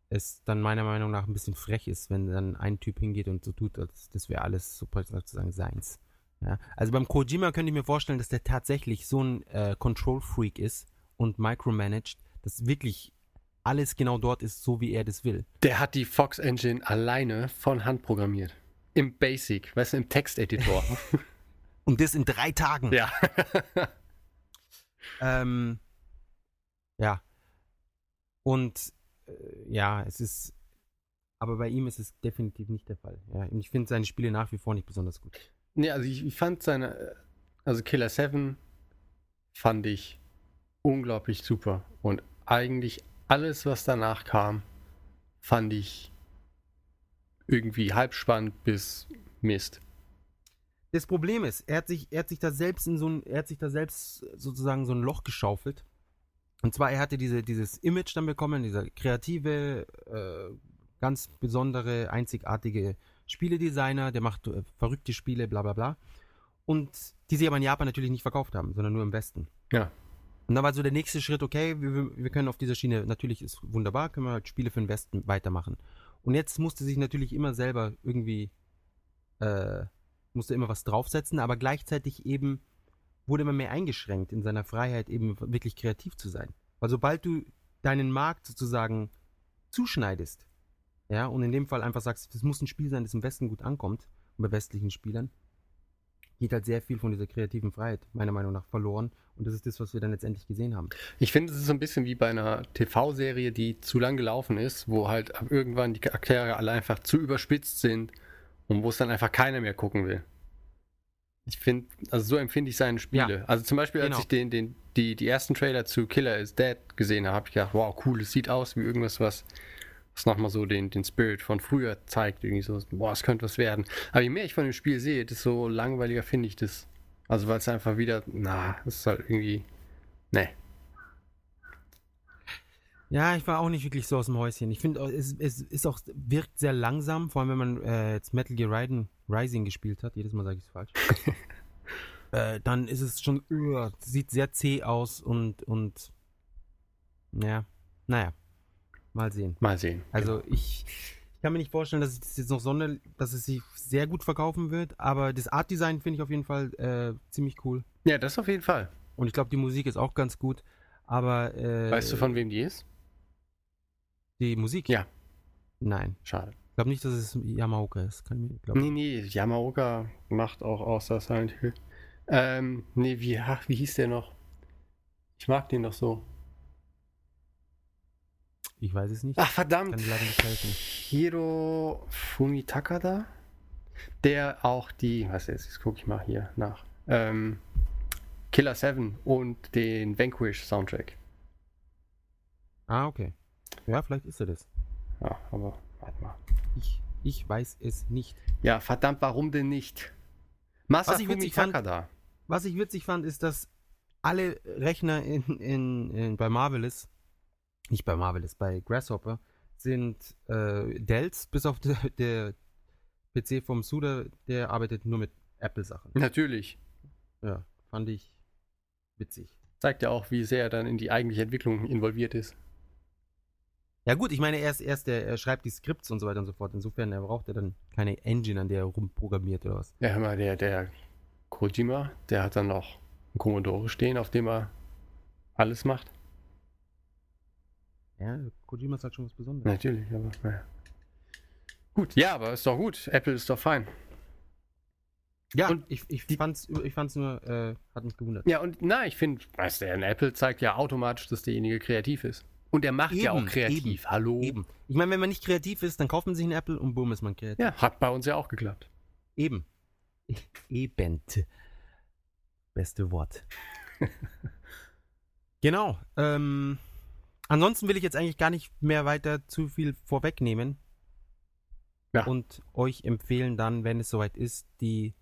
es dann meiner Meinung nach ein bisschen frech ist, wenn dann ein Typ hingeht und so tut, als das wäre alles so sozusagen seins. Ja, also beim Kojima könnte ich mir vorstellen, dass der tatsächlich so ein äh, Control-Freak ist und micromanagt, dass wirklich alles genau dort ist, so wie er das will.
Der hat die Fox Engine alleine von Hand programmiert. Im Basic, weißt du, im Texteditor.
Und das in drei Tagen.
ja.
Ähm, ja. Und äh, ja, es ist. Aber bei ihm ist es definitiv nicht der Fall. Ja, und ich finde seine Spiele nach wie vor nicht besonders gut.
Nee, also ich ich fand seine, äh, also Killer 7 fand ich unglaublich super. Und eigentlich alles, was danach kam, fand ich irgendwie halb spannend bis Mist.
Das Problem ist, er hat sich, er hat sich da selbst in so ein, er hat sich da selbst sozusagen so ein Loch geschaufelt. Und zwar, er hatte diese, dieses Image dann bekommen, dieser kreative, äh, ganz besondere, einzigartige Spieledesigner, der macht äh, verrückte Spiele, bla bla bla. Und die sie aber in Japan natürlich nicht verkauft haben, sondern nur im Westen.
Ja.
Und dann war so der nächste Schritt, okay, wir- wir, wir können auf dieser Schiene, natürlich ist wunderbar, können wir halt Spiele für den Westen weitermachen. Und jetzt musste sich natürlich immer selber irgendwie, äh, musste immer was draufsetzen, aber gleichzeitig eben wurde immer mehr eingeschränkt in seiner Freiheit, eben wirklich kreativ zu sein. Weil sobald du deinen Markt sozusagen zuschneidest, ja, und in dem Fall einfach sagst, das muss ein Spiel sein, das im Westen gut ankommt, und bei westlichen Spielern, geht halt sehr viel von dieser kreativen Freiheit, meiner Meinung nach, verloren. Und das ist das, was wir dann letztendlich gesehen haben.
Ich finde, es ist so ein bisschen wie bei einer TV-Serie, die zu lang gelaufen ist, wo halt ab irgendwann die Charaktere alle einfach zu überspitzt sind und wo es dann einfach keiner mehr gucken will. Ich finde, also so empfinde ich seine Spiele. also zum Beispiel, als
genau.
ich den, den, die, die ersten Trailer zu Killer is Dead gesehen habe, habe ich gedacht, wow, cool, es sieht aus wie irgendwas, was, was nochmal so den, den Spirit von früher zeigt. Irgendwie so, boah, es könnte was werden. Aber je mehr ich von dem Spiel sehe, desto langweiliger finde ich das. Also weil es einfach wieder, na, es ist halt irgendwie, ne.
Ja, ich war auch nicht wirklich so aus dem Häuschen. Ich finde, es, es ist auch, wirkt sehr langsam, vor allem wenn man äh, jetzt Metal Gear Rising, Rising gespielt hat. Jedes Mal sage ich es falsch. äh, dann ist es schon, uah, sieht sehr zäh aus und, und, ja, naja, mal sehen.
Mal sehen.
Also ich, ich kann mir nicht vorstellen, dass es das jetzt noch sonder, dass es sich sehr gut verkaufen wird, aber das Art Design finde ich auf jeden Fall äh, ziemlich cool.
Ja, das auf jeden Fall.
Und ich glaube, die Musik ist auch ganz gut. Aber äh,
Weißt du, von wem die ist?
die Musik?
Ja.
Nein.
Schade.
Ich glaube nicht, dass es Yamaoka ist. Kann ich mir, glaub,
Nee, nee, Yamaoka macht auch außer Silent Hill. Ähm, nee, wie, ach, wie hieß der noch? Ich mag den doch so.
Ich weiß es nicht.
Ach,
Kann
verdammt.
leider nicht helfen.
Hiro Fumitakada? Der auch die, was jetzt, jetzt gucke ich mal hier nach. Ähm, Killer 7 und den Vanquish Soundtrack.
Ah, okay. Ja, vielleicht ist er das.
Ja, aber warte mal.
Ich, ich weiß es nicht.
Ja, verdammt, warum denn nicht? Masafumi
witzig fand-
Takada.
Was ich witzig fand, ist, dass alle Rechner in, in, in, bei Marvelous, nicht bei Marvelous, bei Grasshopper, sind äh, Dells, bis auf der, der PC vom Suda, der arbeitet nur mit Apple-Sachen.
Natürlich.
Ja, fand ich witzig.
Zeigt ja auch, wie sehr er dann in die eigentliche Entwicklung involviert ist.
Ja gut, ich meine, er ist erst, der, er schreibt die Skripts und so weiter und so fort. Insofern, er braucht ja dann keine Engine, an der er rumprogrammiert oder was.
Ja, hör mal, der, der Kojima, der hat dann noch einen Commodore stehen, auf dem er alles macht.
Ja, Kojima ist halt schon was Besonderes.
Natürlich, aber naja. Gut, ja, aber ist doch gut. Apple ist doch fein.
Ja,
Und
und ich, ich
die-
fand's, ich fand's nur, äh, hat mich gewundert.
Ja, und na, ich finde, weißt du, ein Apple zeigt ja automatisch, dass derjenige kreativ ist. Und er macht ja auch
Eben,
kreativ.
eben,
Hallo.
Eben. Ich meine, wenn man nicht kreativ ist, dann kauft man sich einen Apple und boom ist man kreativ.
Ja, hat bei uns ja auch geklappt.
Eben. Eben. Beste Wort. genau. Ähm, ansonsten will ich jetzt eigentlich gar nicht mehr weiter zu viel vorwegnehmen.
Ja.
Und euch empfehlen dann, wenn es soweit ist, die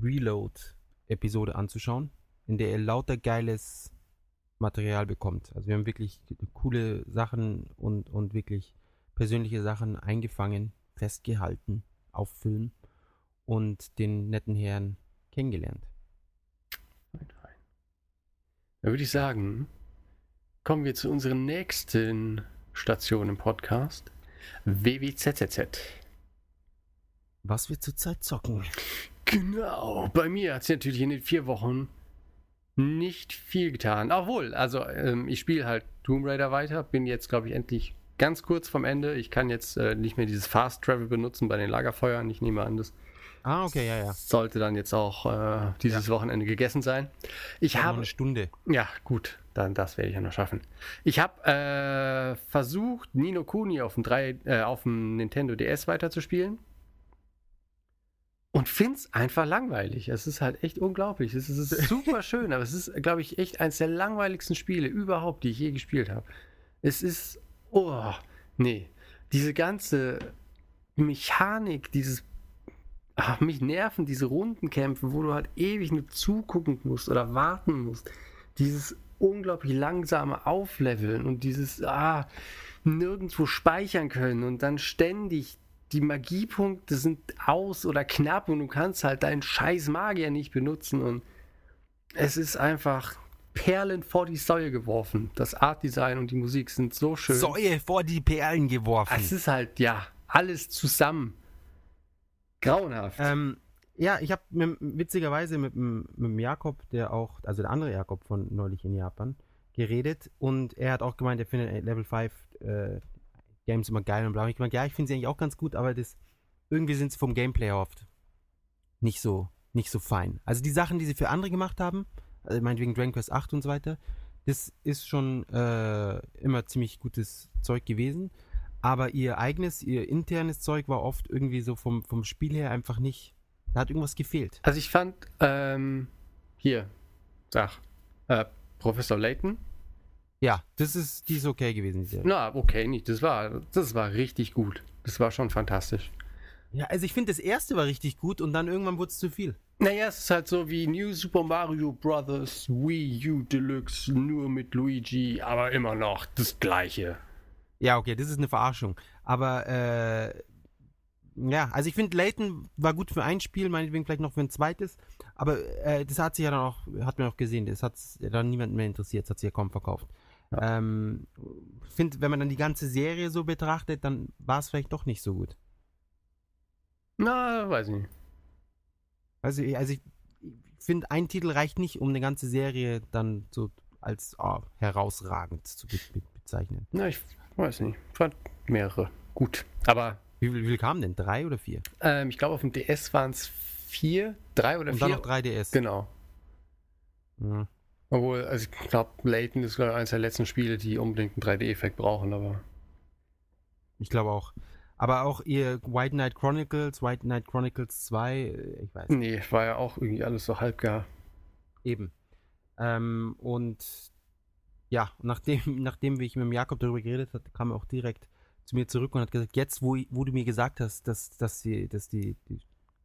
Reload-Episode anzuschauen, in der ihr lauter geiles Material bekommt. Also wir haben wirklich coole Sachen und, und wirklich persönliche Sachen eingefangen, festgehalten auf Film. und den netten Herrn kennengelernt.
Nein, nein. Dann würde ich sagen, kommen wir zu unserer nächsten Station im Podcast. WWZZZ.
Was wir zurzeit zocken.
Genau. Bei mir hat sich natürlich in den vier Wochen nicht viel getan. Obwohl, also ähm, ich spiele halt Tomb Raider weiter, bin jetzt, glaube ich, endlich ganz kurz vom Ende. Ich kann jetzt äh, nicht mehr dieses Fast Travel benutzen bei den Lagerfeuern. Ich nehme an, das
Ah, okay, ja, ja.
sollte dann jetzt auch äh, dieses Wochenende gegessen sein. Ich
Noch
habe
eine Stunde.
Ja, gut, dann das werde ich ja noch schaffen. Ich habe äh, versucht, Nino Kuni auf dem, 3, äh, auf dem Nintendo DS weiterzuspielen. Und find's einfach langweilig. Es ist halt echt unglaublich. Es ist super schön, aber es ist, glaube ich, echt eines der langweiligsten Spiele überhaupt, die ich je gespielt habe. Es ist. Oh, nee. Diese ganze Mechanik, dieses Ach, mich nerven diese Rundenkämpfe, wo du halt ewig nur zugucken musst oder warten musst. Dieses unglaublich langsame Aufleveln und dieses ah, nirgendwo speichern können und dann ständig die Magiepunkte sind aus oder knapp und du kannst halt deinen scheiß Magier nicht benutzen und es ist einfach Perlen vor die Säue geworfen. Das Artdesign und die Musik sind so schön.
Säue vor die Perlen geworfen.
Es ist halt, ja, alles zusammen. Grauenhaft.
Ähm, ja, ich habe witzigerweise mit, dem- mit dem Jakob, der auch, also der andere Jakob von neulich in Japan, geredet und er hat auch gemeint, er findet Level 5 äh, Games immer geil und bla. Und Ich meine, ja, ich finde sie eigentlich auch ganz gut, aber das irgendwie sind sie vom Gameplay her oft nicht so, nicht so fein. Also die Sachen, die sie für andere gemacht haben, also meinetwegen Dragon Quest 8 und so weiter, das ist schon äh, immer ziemlich gutes Zeug gewesen. Aber ihr eigenes, ihr internes Zeug war oft irgendwie so vom, vom Spiel her einfach nicht. Da hat irgendwas gefehlt.
Also ich fand, ähm, hier, sag, äh, Professor Layton.
Ja, das ist, die ist okay gewesen, diese.
Na, okay, nicht. Das war, das war richtig gut. Das war schon fantastisch.
Ja, also ich finde, das erste war richtig gut und dann irgendwann wurde es zu viel.
Naja, es ist halt so wie New Super Mario Bros. Wii U Deluxe, nur mit Luigi, aber immer noch das gleiche.
Ja, okay, das ist eine Verarschung. Aber, äh, ja, also ich finde, Layton war gut für ein Spiel, meinetwegen vielleicht noch für ein zweites. Aber äh, das hat sich ja dann auch, hat man auch gesehen, das hat dann niemand mehr interessiert, das hat sich ja kaum verkauft. Ähm, finde, wenn man dann die ganze Serie so betrachtet, dann war es vielleicht doch nicht so gut.
Na, weiß ich nicht.
Also, ich- also ich finde, ein Titel reicht nicht, um eine ganze Serie dann so als ah, herausragend zu be be bezeichnen.
Na, ich weiß nicht. Ich fand mehrere gut. Aber
Wie viel, wie viel kamen denn? Drei oder vier?
ähm, ich glaube, auf dem DS waren es vier, drei oder
Und dann
Äh, vier.
noch 3DS.
Genau.
Ja.
Obwohl, also ich glaube, Layton ist glaube ich eines der letzten Spiele, die unbedingt einen 3D-Effekt brauchen, aber.
Ich glaube auch. Aber auch ihr White Knight Chronicles, White Knight Chronicles 2, äh, ich weiß,
Nee, war ja auch irgendwie alles so halbgar.
eben. Ähm, und ja, nachdem, nachdem ich mit dem Jakob darüber geredet hat, kam er auch direkt zu mir zurück und hat gesagt, jetzt, wo, wo du mir gesagt hast, dass, dass, die, dass die, die,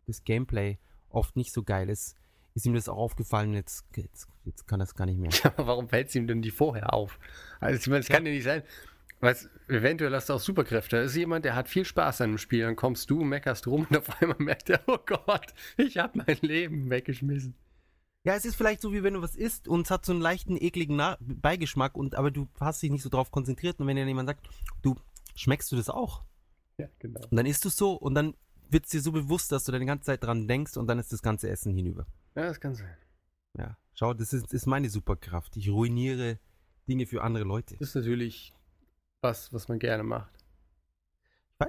das Gameplay oft nicht so geil ist, ist ihm das auch aufgefallen, jetzt, jetzt, jetzt kann das gar nicht mehr.
Aber warum fällt es ihm denn die vorher auf? Also, ich meine, es kann ja nicht sein. Weißt, eventuell hast du auch Superkräfte. Da ist jemand, der hat viel Spaß an einem Spiel, dann kommst du, meckerst rum und auf einmal merkt er, oh Gott, ich habe mein Leben weggeschmissen.
Ja, es ist vielleicht so, wie wenn du was isst und es hat so einen leichten, ekligen Na Beigeschmack, und, aber du hast dich nicht so drauf konzentriert. Und wenn dir dann jemand sagt, du, schmeckst du das auch?
Ja, genau.
Und dann isst du es so und dann wird es dir so bewusst, dass du deine ganze Zeit dran denkst und dann ist das ganze Essen hinüber.
Ja, das kann sein.
Ja, schau, das ist, ist meine Superkraft. Ich ruiniere Dinge für andere Leute.
Das ist natürlich was, was man gerne macht.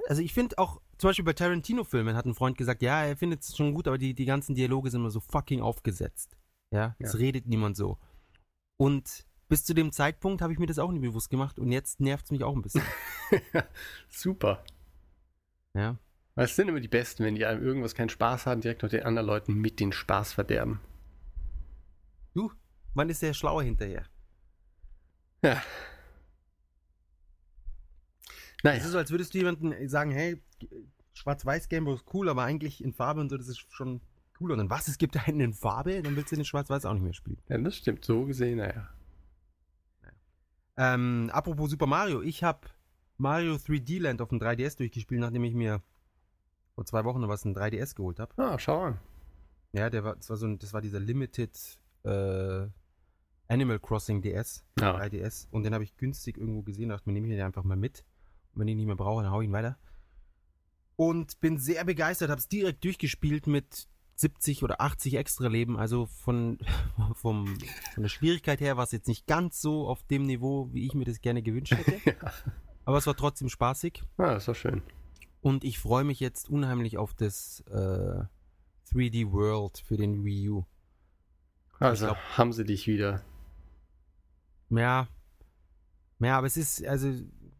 Also ich finde auch, zum Beispiel bei Tarantino-Filmen hat ein Freund gesagt, ja, er findet es schon gut, aber die, die ganzen Dialoge sind immer so fucking aufgesetzt. Ja, es
Ja.
redet niemand so. Und bis zu dem Zeitpunkt habe ich mir das auch nicht bewusst gemacht und jetzt nervt es mich auch ein bisschen.
Super.
ja.
Weil es sind immer die Besten, wenn die einem irgendwas keinen Spaß haben, direkt noch den anderen Leuten mit den Spaß verderben.
Du, man ist ja schlauer hinterher.
Ja. Naja.
Es ist so, als würdest du jemandem sagen, hey, Schwarz-Weiß-Gameboy ist cool, aber eigentlich in Farbe und so, das ist schon cool. Und dann was, es gibt einen in Farbe, dann willst du den Schwarz-Weiß auch nicht mehr spielen.
Ja, das stimmt. So gesehen, naja.
Ähm, apropos Super Mario, ich habe Mario 3D Land auf dem 3DS durchgespielt, nachdem ich mir vor zwei Wochen noch was ein 3DS geholt habe.
Ah, schau an.
Ja, der war, das war so ein, das war dieser Limited äh, Animal Crossing DS,
Ja.
3DS. Und den habe ich günstig irgendwo gesehen, dachte mir, nehme ich den einfach mal mit. Und wenn ich ihn nicht mehr brauche, dann hau ich ihn weiter. Und bin sehr begeistert, habe es direkt durchgespielt mit 70 oder 80 extra Leben. Also von, vom, von der Schwierigkeit her war es jetzt nicht ganz so auf dem Niveau, wie ich mir das gerne gewünscht hätte.
Ja.
Aber es war trotzdem spaßig.
Ah, ist doch schön.
Und ich freue mich jetzt unheimlich auf das äh, 3D World für den Wii U.
Also
glaub-
haben sie dich wieder.
Ja. Ja, aber es ist, also,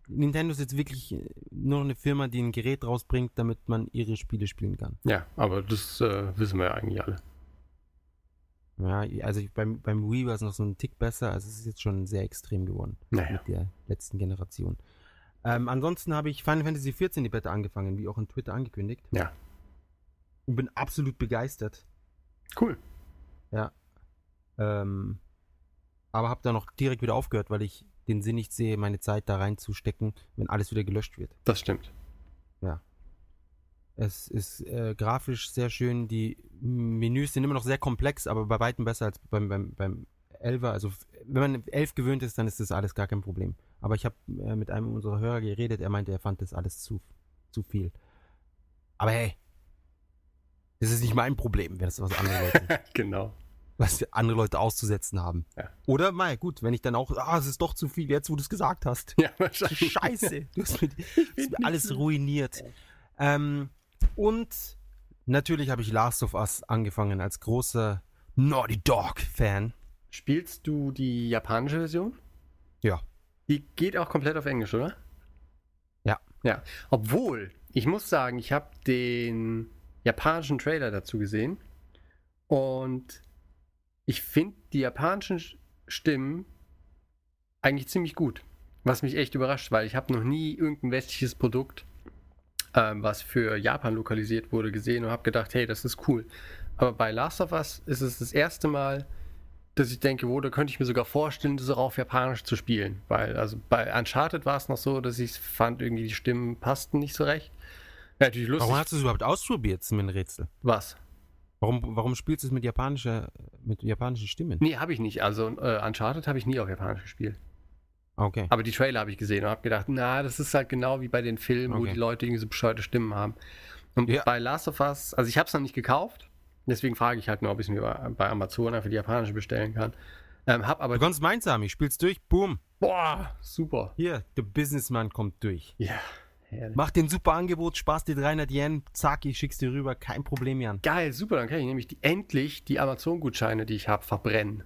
Nintendo ist jetzt wirklich äh, nur noch eine Firma, die ein Gerät rausbringt, damit man ihre Spiele spielen kann.
Ja, aber das äh, wissen wir ja eigentlich alle.
Ja, also ich, beim, beim Wii war es noch so ein Tick besser, also es ist jetzt schon sehr extrem geworden
Naja.
mit der letzten Generation. Ähm, ansonsten habe ich Final Fantasy XIV die Beta angefangen, wie auch in Twitter angekündigt.
Ja.
Und bin absolut begeistert.
Cool.
Ähm, aber habe dann noch direkt wieder aufgehört, weil ich den Sinn nicht sehe, meine Zeit da reinzustecken, wenn alles wieder gelöscht wird.
Das stimmt.
Es ist äh, grafisch sehr schön. Die Menüs sind immer noch sehr komplex, aber bei weitem besser als beim, beim, beim 11er. Also f- wenn man 11 gewöhnt ist, dann ist das alles gar kein Problem. Aber ich habe äh, mit einem unserer Hörer geredet. Er meinte, er fand das alles zu, zu viel. Aber hey, das ist nicht mein Problem, wenn das was andere Leute
genau.
was andere Leute auszusetzen haben.
Ja.
Oder, mei, gut, wenn ich dann auch, ah, es ist doch zu viel, jetzt wo du es gesagt hast.
Ja, wahrscheinlich.
Scheiße, du hast mir, du hast mir alles ruiniert. Ähm, und natürlich habe ich Last of Us angefangen als großer Naughty Dog-Fan.
Spielst du die japanische Version?
Ja.
Die geht auch komplett auf Englisch, oder?
Ja.
Ja. Obwohl, ich muss sagen, ich habe den japanischen Trailer dazu gesehen und ich finde die japanischen Sch- Stimmen eigentlich ziemlich gut. Was mich echt überrascht, weil ich habe noch nie irgendein westliches Produkt, ähm, was für Japan lokalisiert wurde, gesehen und habe gedacht, hey, das ist cool. Aber bei Last of Us ist es das erste Mal, dass ich denke, wo, da könnte ich mir sogar vorstellen, das auch auf Japanisch zu spielen. Weil, also bei Uncharted war es noch so, dass ich fand, irgendwie die Stimmen passten nicht so recht. Wär natürlich lustig.
Warum hast du es überhaupt ausprobiert? Das ist mir ein Rätsel.
was?
Warum, warum spielst du es mit japanischer, mit japanischen Stimmen?
Nee, habe ich nicht. Also äh, Uncharted habe ich nie auf Japanisch gespielt.
Ah, Okay.
Aber die Trailer habe ich gesehen und habe gedacht, na, das ist halt genau wie bei den Filmen, wo
Okay.
die Leute irgendwie so bescheuerte Stimmen haben. Und
Ja.
bei Last of Us, also ich habe es noch nicht gekauft, deswegen frage ich halt nur, ob ich es mir bei- bei Amazon einfach die japanische bestellen kann. Ähm, hab aber,
Du kannst meins haben, ich spiel's durch, boom.
boah, super.
Hier, der Businessman kommt durch.
Ja, herrlich.
Mach den super Angebot, sparst dir 300 Yen, zack, ich schick's dir rüber, kein Problem, Jan.
Geil, super, dann kann ich nämlich die, endlich die Amazon-Gutscheine, die ich habe, verbrennen.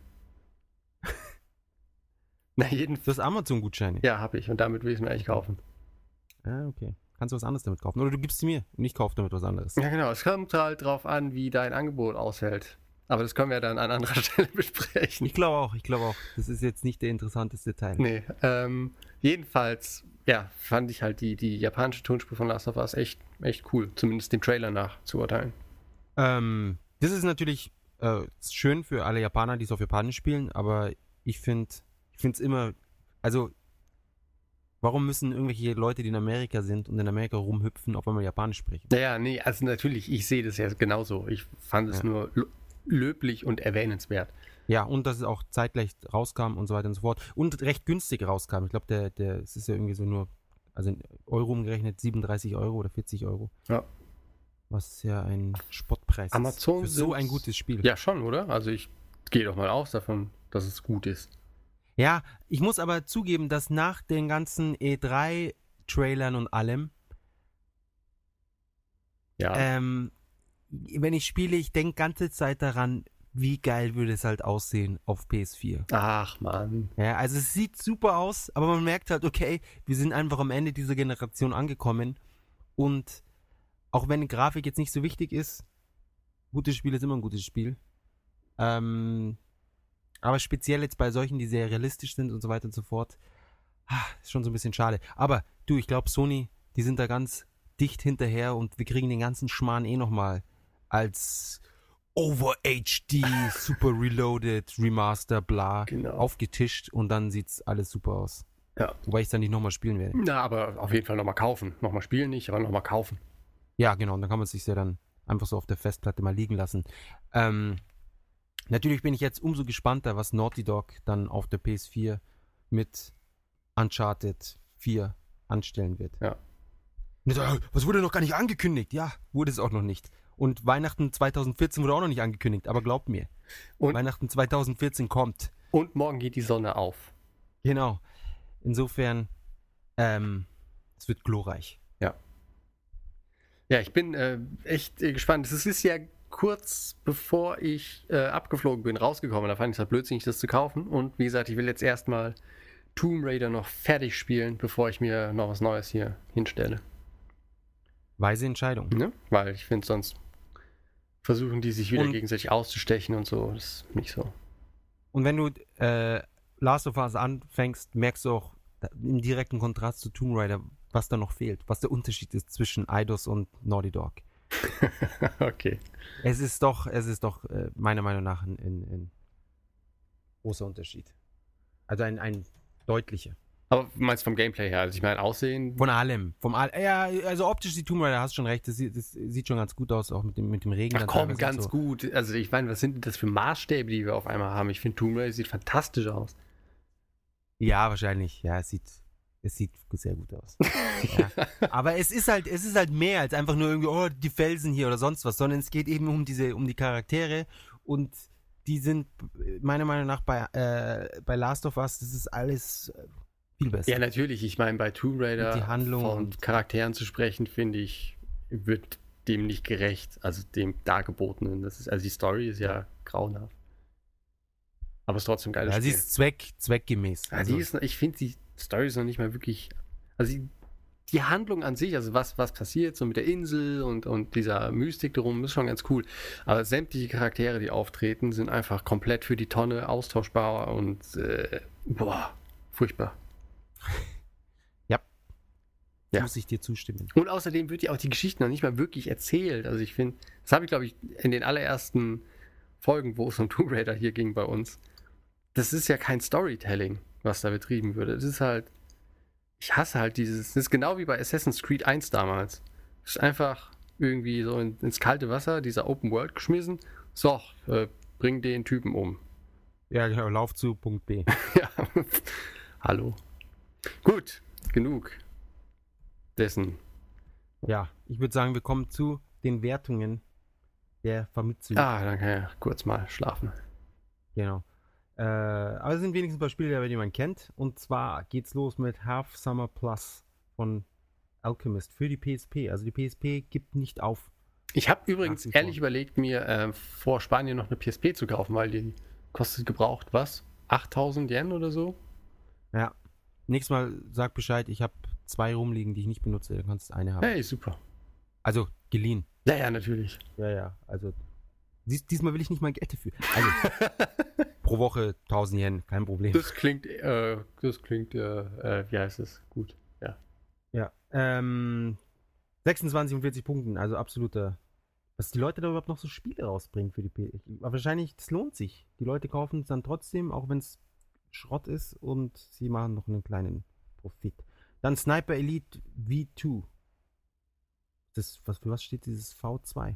na, jeden
Du hast Amazon-Gutscheine.
Ja, habe ich und damit will ich es mir eigentlich kaufen.
Ah, okay. Kannst du was anderes damit kaufen. Oder du gibst sie mir und ich kaufe damit was anderes.
Ja, genau. Es kommt halt drauf an, wie dein Angebot aushält. Aber das können wir dann an anderer Stelle besprechen.
Ich glaube auch, ich glaube auch. Das ist jetzt nicht der interessanteste Teil.
Nee, ähm, jedenfalls, ja, fand ich halt die, die japanische Tonspur von Last of Us echt, echt cool. Zumindest dem Trailer nach zu urteilen.
Ähm, das ist natürlich äh, schön für alle Japaner, die es auf Japanisch spielen, aber ich finde, ich finde es immer, also, warum müssen irgendwelche Leute, die in Amerika sind und in Amerika rumhüpfen, auf einmal Japanisch sprechen?
Naja, nee, also natürlich, ich sehe das ja genauso. Ich fand es
Ja.
nur lo- löblich und erwähnenswert.
Ja, und dass es auch zeitgleich rauskam und so weiter und so fort. Und recht günstig rauskam. Ich glaube, der, der, es ist ja irgendwie so nur, also in Euro umgerechnet, 37 Euro oder 40 Euro.
Ja.
Was ja ein Spottpreis
Amazon
ist. Für so
sind's-
ein gutes Spiel.
Ja, schon, oder? Also ich gehe doch mal aus davon, dass es gut ist.
ja, ich muss aber zugeben, dass nach den ganzen E3-Trailern und allem,
Ja.
ähm, wenn ich spiele, ich denke ganze Zeit daran, wie geil würde es halt aussehen auf PS4.
Ach, Mann.
Ja, also es sieht super aus, aber man merkt halt, okay, wir sind einfach am Ende dieser Generation angekommen. Und auch wenn die Grafik jetzt nicht so wichtig ist, gutes Spiel ist immer ein gutes Spiel. Ähm, aber speziell jetzt bei solchen, die sehr realistisch sind und so weiter und so fort, ah, ist schon so ein bisschen schade. Aber du, ich glaube, Sony, die sind da ganz dicht hinterher und wir kriegen den ganzen Schmarrn eh nochmal als Over HD, Super Reloaded, Remaster, bla
Genau.
aufgetischt und dann sieht's alles super aus.
Ja.
Wobei ich dann nicht nochmal spielen werde.
Na, aber auf jeden Fall nochmal kaufen. Nochmal spielen nicht, aber nochmal kaufen.
Ja, genau, und dann kann man es sich ja dann einfach so auf der Festplatte mal liegen lassen. Ähm, natürlich bin ich jetzt umso gespannter, was Naughty Dog dann auf der PS4 mit Uncharted 4 anstellen wird.
Ja.
Und jetzt, äh, Was wurde noch gar nicht angekündigt? Ja, wurde es auch noch nicht. Und Weihnachten 2014 wurde auch noch nicht angekündigt, aber glaubt mir,
Und-
Weihnachten 2014 kommt.
Und morgen geht die Sonne auf.
Genau. Insofern, ähm, es wird glorreich.
Ja, ich bin äh, echt äh, gespannt. Es ist ja kurz bevor ich äh, abgeflogen bin, rausgekommen. Da fand ich es halt blödsinnig, das zu kaufen. Und wie gesagt, ich will jetzt erstmal Tomb Raider noch fertig spielen, bevor ich mir noch was Neues hier hinstelle.
Weise Entscheidung.
Ne? Weil ich finde, sonst versuchen die sich wieder
Und-
gegenseitig auszustechen und so. Das ist nicht so.
Und wenn du äh, Last of Us anfängst, merkst du auch da- im direkten Kontrast zu Tomb Raider, was da noch fehlt, was der Unterschied ist zwischen Eidos und Naughty Dog.
okay.
Es ist doch, es ist doch äh, meiner Meinung nach ein, ein, ein großer Unterschied. Also ein, ein deutlicher.
Aber meinst vom Gameplay her? Also ich meine, Aussehen.
Von allem. Vom all ja, also optisch sieht Tomb Raider, hast schon recht, das, sieht- das sieht schon ganz gut aus, auch mit dem, mit dem Regen.
Ach
dann
komm,
teilweise und
ganz
so.
gut. Also ich meine, was sind denn das für Maßstäbe, die wir auf einmal haben? Ich finde, Tomb Raider sieht fantastisch aus.
Ja, wahrscheinlich. Ja, es sieht, es sieht sehr gut aus. ja. Aber es ist halt, es ist halt mehr als einfach nur irgendwie, oh, die Felsen hier oder sonst was, sondern es geht eben um diese, um die Charaktere und die sind äh, meiner Meinung nach bei, äh, bei Last of Us, das ist alles äh, viel besser.
Ja, natürlich. Ich meine, bei Tomb Raider
Und die Handlung
von
und-
Charakteren zu sprechen, finde ich, wird dem nicht gerecht. Also dem Dargebotenen. Das ist, also die Story ist ja grauenhaft. Aber es ist trotzdem ein geiles
ja, sie
Spiel.
ist zweck, zweckgemäß. Also,
ja, die ist, ich finde, die Story ist noch nicht mal wirklich. Also die, die Handlung an sich, also was, was passiert so mit der Insel und, und dieser Mystik drum, ist schon ganz cool. Aber sämtliche Charaktere, die auftreten, sind einfach komplett für die Tonne austauschbar und äh, boah, furchtbar. ja.
Muss ich dir zustimmen.
Und außerdem wird ja auch die Geschichte noch nicht mal wirklich erzählt. Also ich finde, das habe ich, glaube ich, in den allerersten Folgen, wo es um Tomb Raider hier ging bei uns. Das ist ja kein Storytelling, was da betrieben würde. Das ist halt, ich hasse halt dieses, das ist genau wie bei Assassin's Creed 1 damals. Das ist einfach irgendwie so in, ins kalte Wasser, dieser Open World geschmissen. So, äh, bring den Typen um.
Ja, genau, lauf zu Punkt B.
ja, hallo. Gut, genug dessen.
ja, ich würde sagen, wir kommen zu den Wertungen der Vermittlung.
Ah, dann kann ich ja kurz mal schlafen.
Genau. Äh, aber es sind wenigstens ein paar Spiele dabei, die man kennt. Und zwar geht's los mit Half Summer Plus von Alchemist für die PSP. Also die PSP gibt nicht auf.
Ich habe übrigens
wie vor.
ehrlich überlegt, mir äh, vor Spanien noch eine PSP zu kaufen, weil die kostet gebraucht, was? 8000 Yen oder so?
Ja. Nächstes Mal sag Bescheid, ich habe zwei rumliegen, die ich nicht benutze. Du kannst eine haben.
Hey, super.
Also geliehen.
Ja, ja, natürlich.
Ja, ja. Also dies, diesmal will ich nicht mein Geld dafür. Also pro Woche 1000 Yen, kein Problem.
Das klingt, äh, das klingt, äh, äh, wie heißt es? Gut. Ja.
Ja. Ähm, 26 und 40 Punkten, also absoluter. Was die Leute da überhaupt noch so Spiele rausbringen für die PS. Aber wahrscheinlich, das lohnt sich. Die Leute kaufen es dann trotzdem, auch wenn es Schrott ist und sie machen noch einen kleinen Profit. Dann Sniper Elite V2. Das, was, für was steht dieses V2?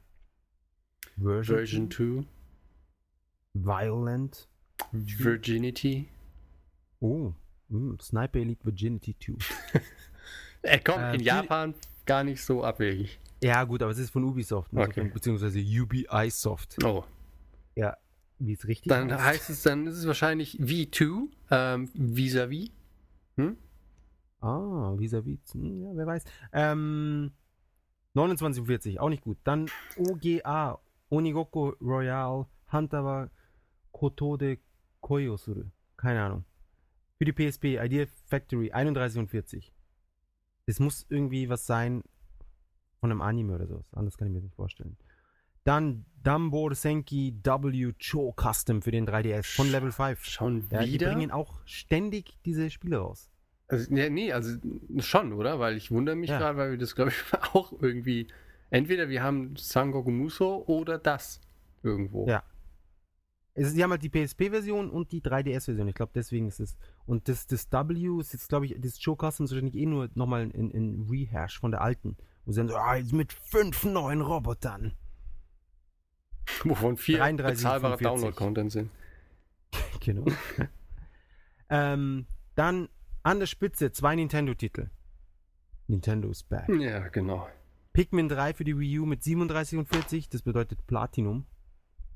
Version,
Version 2,
Violent.
Virginity.
Oh, mm, Sniper Elite Virginity 2.
Äh, komm,
Äh,
in
die-
Japan gar nicht so abwegig.
Ja, gut, aber es ist von Ubisoft.
Okay.
insofern, Beziehungsweise UbiSoft.
Oh.
Ja, wie es richtig
Dann heißt es, dann ist es wahrscheinlich V2, ähm, vis-à-vis.
Ah, vis-à-vis. Hm, ja, wer weiß. Ähm, 2940, auch nicht gut. Dann OGA, Onigoko Royal, Hunter wa Koto de Koyosuru. Keine Ahnung. Für die PSP, Idea Factory, 31 und 40. Es muss irgendwie was sein von einem Anime oder sowas. Anders kann ich mir das nicht vorstellen. Dann Dumbor Senki W Cho Custom für den 3DS von Level 5.
Schon
Ja, die
wieder.
bringen auch ständig diese Spiele raus.
Also, ja, nee, also schon, oder? Weil ich wundere mich
Ja.
gerade, weil wir das, glaube ich, auch irgendwie. Entweder wir haben Sangoku Muso oder das irgendwo.
Ja. Es ist, die haben halt die PSP-Version und die 3DS-Version. Ich glaube, deswegen ist es. Und das, das W ist jetzt, glaube ich, das Joe Customs wahrscheinlich eh nur nochmal ein, ein Rehash von der alten. Wo sie dann so, ah, jetzt mit fünf neuen Robotern.
Wovon vier
33,
bezahlbare
45.
Download-Content sind.
Genau. ähm, dann an der Spitze zwei Nintendo-Titel. Nintendo's back.
Ja, genau.
Pikmin 3 für die Wii U mit 37 und 40, das bedeutet Platinum.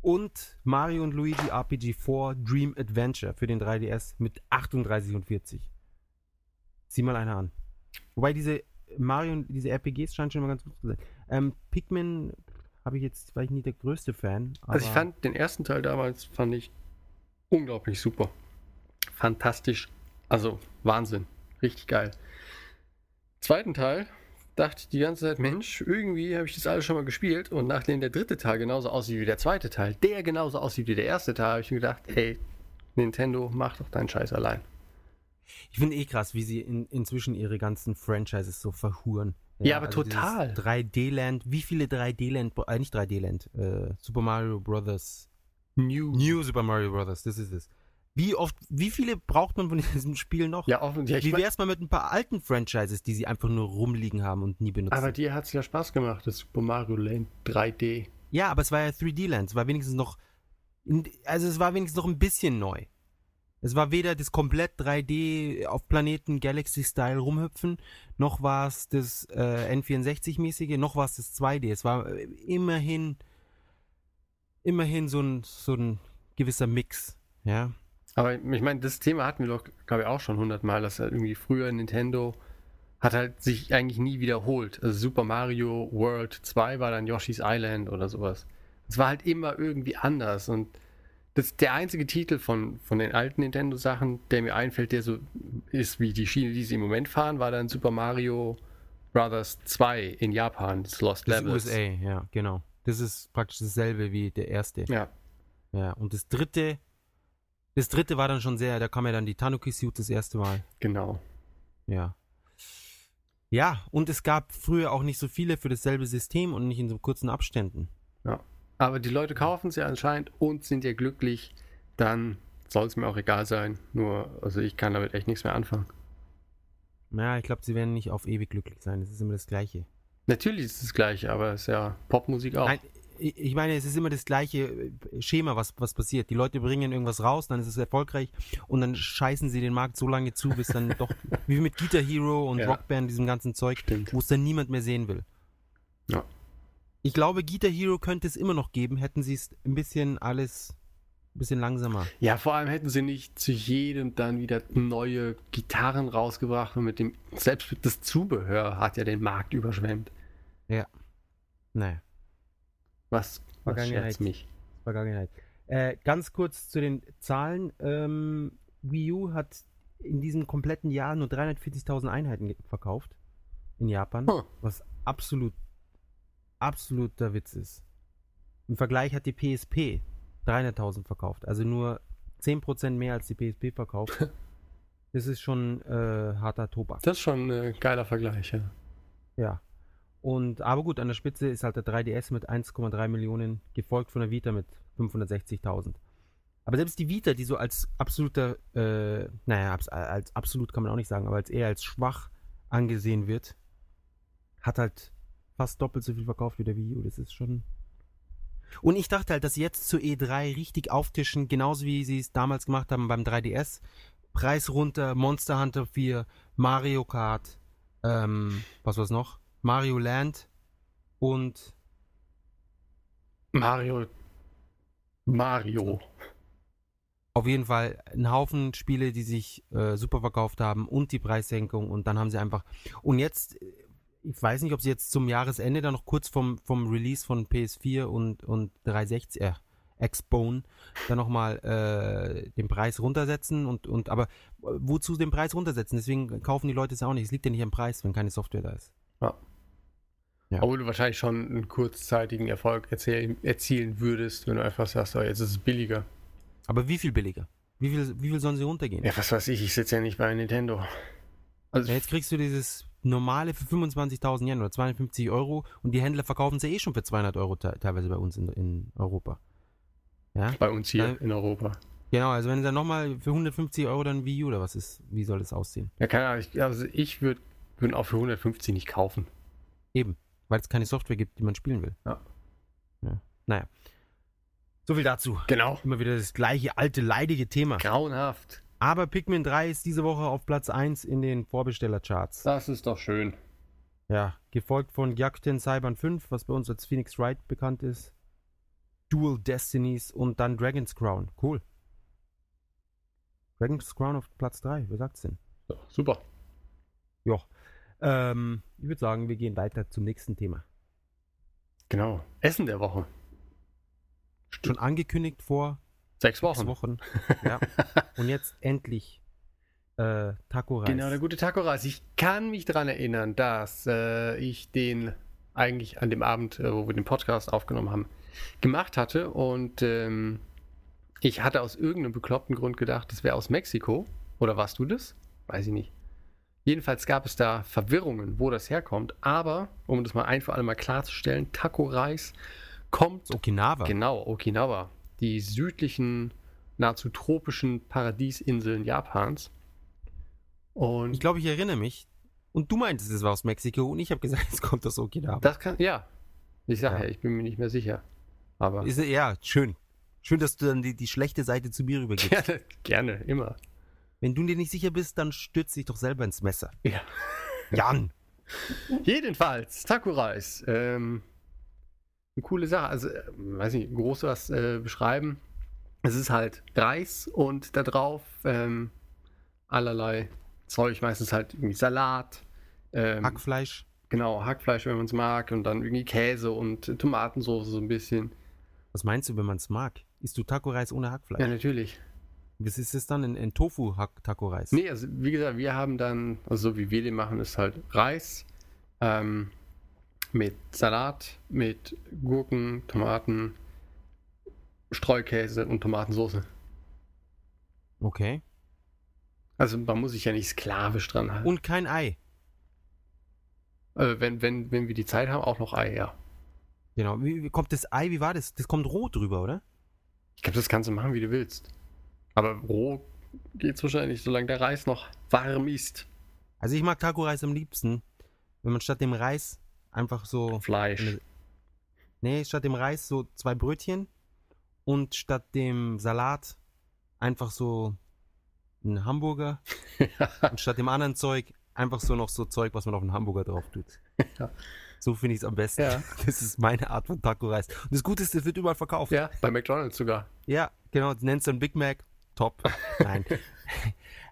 Und Mario und Luigi RPG 4 Dream Adventure für den 3DS mit 38 und 40. Sieh mal einer an. Wobei diese Mario und diese RPGs scheinen schon mal ganz gut zu sein. Ähm, Pikmin habe ich jetzt, war ich nicht der größte Fan.
Also ich
aber-
fand den ersten Teil damals fand ich unglaublich super. Fantastisch. Also Wahnsinn. Richtig geil. Zweiten Teil dachte ich die ganze Zeit, Mensch, irgendwie habe ich das alles schon mal gespielt und nachdem der dritte Teil genauso aussieht wie der zweite Teil, der genauso aussieht wie der erste Teil, habe ich mir gedacht, hey, Nintendo, mach doch deinen Scheiß allein.
Ich finde eh krass, wie sie in, inzwischen ihre ganzen Franchises so verhuren. also
Ja, aber total.
dieses 3D-Land, wie viele 3D-Land, äh, nicht 3D-Land, äh, Super Mario Brothers,
New.
New Super Mario Brothers, das ist es. Wie oft, wie viele braucht man von diesem Spiel noch?
Ja, offensichtlich.
wie wär's mal mit ein paar alten Franchises, die sie einfach nur rumliegen haben und nie benutzen?
Aber dir hat es ja Spaß gemacht, das Super Mario Land 3D.
ja, aber es war ja 3D-Land, es war wenigstens noch, in- also es war wenigstens noch ein bisschen neu. Es war weder das komplett 3D auf Planeten Galaxy-Style rumhüpfen, noch war es das äh, N64-mäßige, noch war es das 2D. Es war äh, immerhin, immerhin so ein, so ein gewisser Mix, ja.
Aber ich meine, das Thema hatten wir doch, glaube ich, auch schon hundertmal, dass halt irgendwie früher Nintendo hat halt sich eigentlich nie wiederholt. Also Super Mario World 2 war dann Yoshi's Island oder sowas. Es war halt immer irgendwie anders und das ist der einzige Titel von, von den alten Nintendo-Sachen, der mir einfällt, der so ist wie die Schiene, die sie im Moment fahren, war dann Super Mario Brothers 2 in Japan, das Lost
Das
Levels.
USA, ja, genau. Das ist praktisch dasselbe wie der erste.
Ja,
Ja, und das dritte, das dritte war dann schon sehr, da kam ja dann die Tanuki Suit das erste Mal.
genau.
Ja. Ja, und es gab früher auch nicht so viele für dasselbe System und nicht in so kurzen Abständen.
Ja. Aber die Leute kaufen es ja anscheinend und sind ja glücklich, dann soll es mir auch egal sein. Nur, also ich kann damit echt nichts mehr anfangen.
Ja, ich glaube, sie werden nicht auf ewig glücklich sein. Das ist immer das Gleiche.
Natürlich ist es gleich, aber es ist ja Popmusik auch.
Nein, ich ich meine, es ist immer das gleiche äh, Schema, was, was passiert. Die Leute bringen irgendwas raus, dann ist es erfolgreich und dann scheißen sie den Markt so lange zu, bis dann doch, wie mit Guitar Hero und
Ja.
Rockband, diesem ganzen Zeug,
Stimmt.
wo es dann niemand mehr sehen will.
Ja.
Ich glaube, Guitar Hero könnte es immer noch geben, hätten sie es ein bisschen alles, ein bisschen langsamer.
Ja, vor allem hätten sie nicht zu jedem dann wieder neue Gitarren rausgebracht und mit dem, selbst das Zubehör hat ja den Markt überschwemmt.
Naja,
Was, was
Vergangenheit.
scherzt mich?
Vergangenheit. Äh, ganz kurz zu den Zahlen. Ähm, Wii U hat in diesem kompletten Jahr nur 340.000 Einheiten ge- verkauft in Japan,
Hm.
was absolut, absoluter Witz ist. Im Vergleich hat die PSP 300.000 verkauft, also nur 10% mehr als die PSP verkauft. das ist schon äh, harter Tobak.
Das ist schon ein geiler Vergleich, ja.
Ja. Und, aber gut, an der Spitze ist halt der 3DS mit 1,3 Millionen, gefolgt von der Vita mit 560.000. Aber selbst die Vita, die so als absoluter, äh, naja, abs als absolut kann man auch nicht sagen, aber als eher als schwach angesehen wird, hat halt fast doppelt so viel verkauft wie der Wii U. Das ist schon. Und ich dachte halt, dass sie jetzt zur E3 richtig auftischen, genauso wie sie es damals gemacht haben beim 3DS. Preis runter, Monster Hunter 4, Mario Kart, ähm, was war's noch? Mario Land und
Mario. Mario.
auf jeden Fall ein Haufen Spiele, die sich äh, super verkauft haben und die Preissenkung und dann haben sie einfach und jetzt äh, ich weiß nicht, ob sie jetzt zum Jahresende dann noch kurz vom, vom Release von PS4 und, und 360 äh, Xbone dann nochmal äh, den Preis runtersetzen und, und aber äh, wozu den Preis runtersetzen? Deswegen kaufen die Leute es auch nicht. Es liegt ja nicht am Preis, wenn keine Software da ist. Ja.
Obwohl du wahrscheinlich schon einen kurzzeitigen Erfolg erzählen, erzielen würdest, wenn du einfach sagst, oh, jetzt ist es billiger.
Aber wie viel billiger? Wie viel, wie viel sollen sie runtergehen?
Ja, was weiß ich, ich sitze ja nicht bei Nintendo. Also,
Ja, jetzt kriegst du dieses normale für 25.000 Yen oder 250 Euro und die Händler verkaufen es ja eh schon für 200 Euro te teilweise bei uns in, in Europa.
bei uns hier
Nein.
in Europa.
Genau, also wenn es dann nochmal für 150 Euro dann Wii U oder was ist, wie soll das aussehen?
Ja, keine Ahnung, ich, also ich würde würd auch für 150 nicht kaufen.
Eben, weil es keine Software gibt, die man spielen will.
Ja.
ja. Naja. So viel dazu.
Genau.
Immer wieder das gleiche alte, leidige Thema.
Grauenhaft.
Aber Pikmin 3 ist diese Woche auf Platz 1 in den Vorbestellercharts.
Das ist doch schön.
Ja, gefolgt von Yakuten Cyber 5, was bei uns als Phoenix Wright bekannt ist. Dual Destinies und dann Dragon's Crown. Cool. Dragon's Crown auf Platz 3, wer sagt's denn?
So, super.
Ja. Ähm, ich würde sagen, wir gehen weiter zum nächsten Thema.
Genau. Essen der Woche.
Schon angekündigt vor
Sechs
sechs
Wochen.
Wochen. Ja. Und jetzt endlich äh, Taco Reis.
Genau, der gute Taco Reis. Ich kann mich daran erinnern, dass äh, ich den eigentlich an dem Abend, äh, wo wir den Podcast aufgenommen haben, gemacht hatte. Und ähm, ich hatte aus irgendeinem bekloppten Grund gedacht, das wäre aus Mexiko. Oder warst du das? Weiß ich nicht. Jedenfalls gab es da Verwirrungen, wo das herkommt. Aber, um das mal ein für alle Mal klarzustellen, Taco Reis kommt
Aus Okinawa.
Genau, Okinawa. Die südlichen, nahezu tropischen Paradiesinseln Japans. Und
Ich glaube, ich erinnere mich. Und du meintest, es war aus Mexiko und ich habe gesagt, es kommt aus Okinawa.
das kann, ja. Ich sage
Ja.
ja. ich bin mir nicht mehr sicher. Aber
ist, ja, schön. Schön, dass du dann die, die schlechte Seite zu mir rübergibst.
gerne, gerne, immer.
Wenn du dir nicht sicher bist, dann stürz dich doch selber ins Messer.
Ja.
Jan!
Jedenfalls, Taku-Reis. Ähm, eine coole Sache. Also, äh, weiß nicht, groß was äh, beschreiben. Es ist halt Reis und da drauf ähm, allerlei Zeug, meistens halt irgendwie Salat. Ähm,
Hackfleisch.
Genau, Hackfleisch, wenn man es mag, und dann irgendwie Käse und äh, Tomatensauce so ein bisschen.
Was meinst du, wenn man es mag? Isst du Taco-Reis ohne Hackfleisch?
Ja, natürlich.
Was ist es dann? Ein, ein Tofu-Taco-Reis?
Nee, also wie gesagt, wir haben dann, also so wie wir den machen, ist halt Reis ähm, mit Salat, mit Gurken, Tomaten, Streukäse und Tomatensauce.
Okay.
Also man muss sich ja nicht sklavisch dran halten.
Und kein Ei.
Äh, wenn, wenn, wenn wir die Zeit haben, auch noch Ei, ja.
Genau. Wie, wie kommt das Ei? Wie war das? Das kommt roh drüber, oder?
Ich glaube, das kannst du machen, wie du willst. Aber roh geht's wahrscheinlich, solange der Reis noch warm ist.
Also ich mag Taco-Reis am liebsten, wenn man statt dem Reis einfach so...
Fleisch.
Nee, statt dem Reis so zwei Brötchen und statt dem Salat einfach so einen Hamburger und statt dem anderen Zeug einfach so noch so Zeug, was man auf einen Hamburger drauf tut.
Ja.
So finde ich es am besten.
Ja.
Das ist meine Art von Taco-Reis. Und das Gute ist, das wird überall verkauft.
Ja, bei McDonalds sogar.
Ja, genau. Nennst du einen Big Mac? Top. Nein.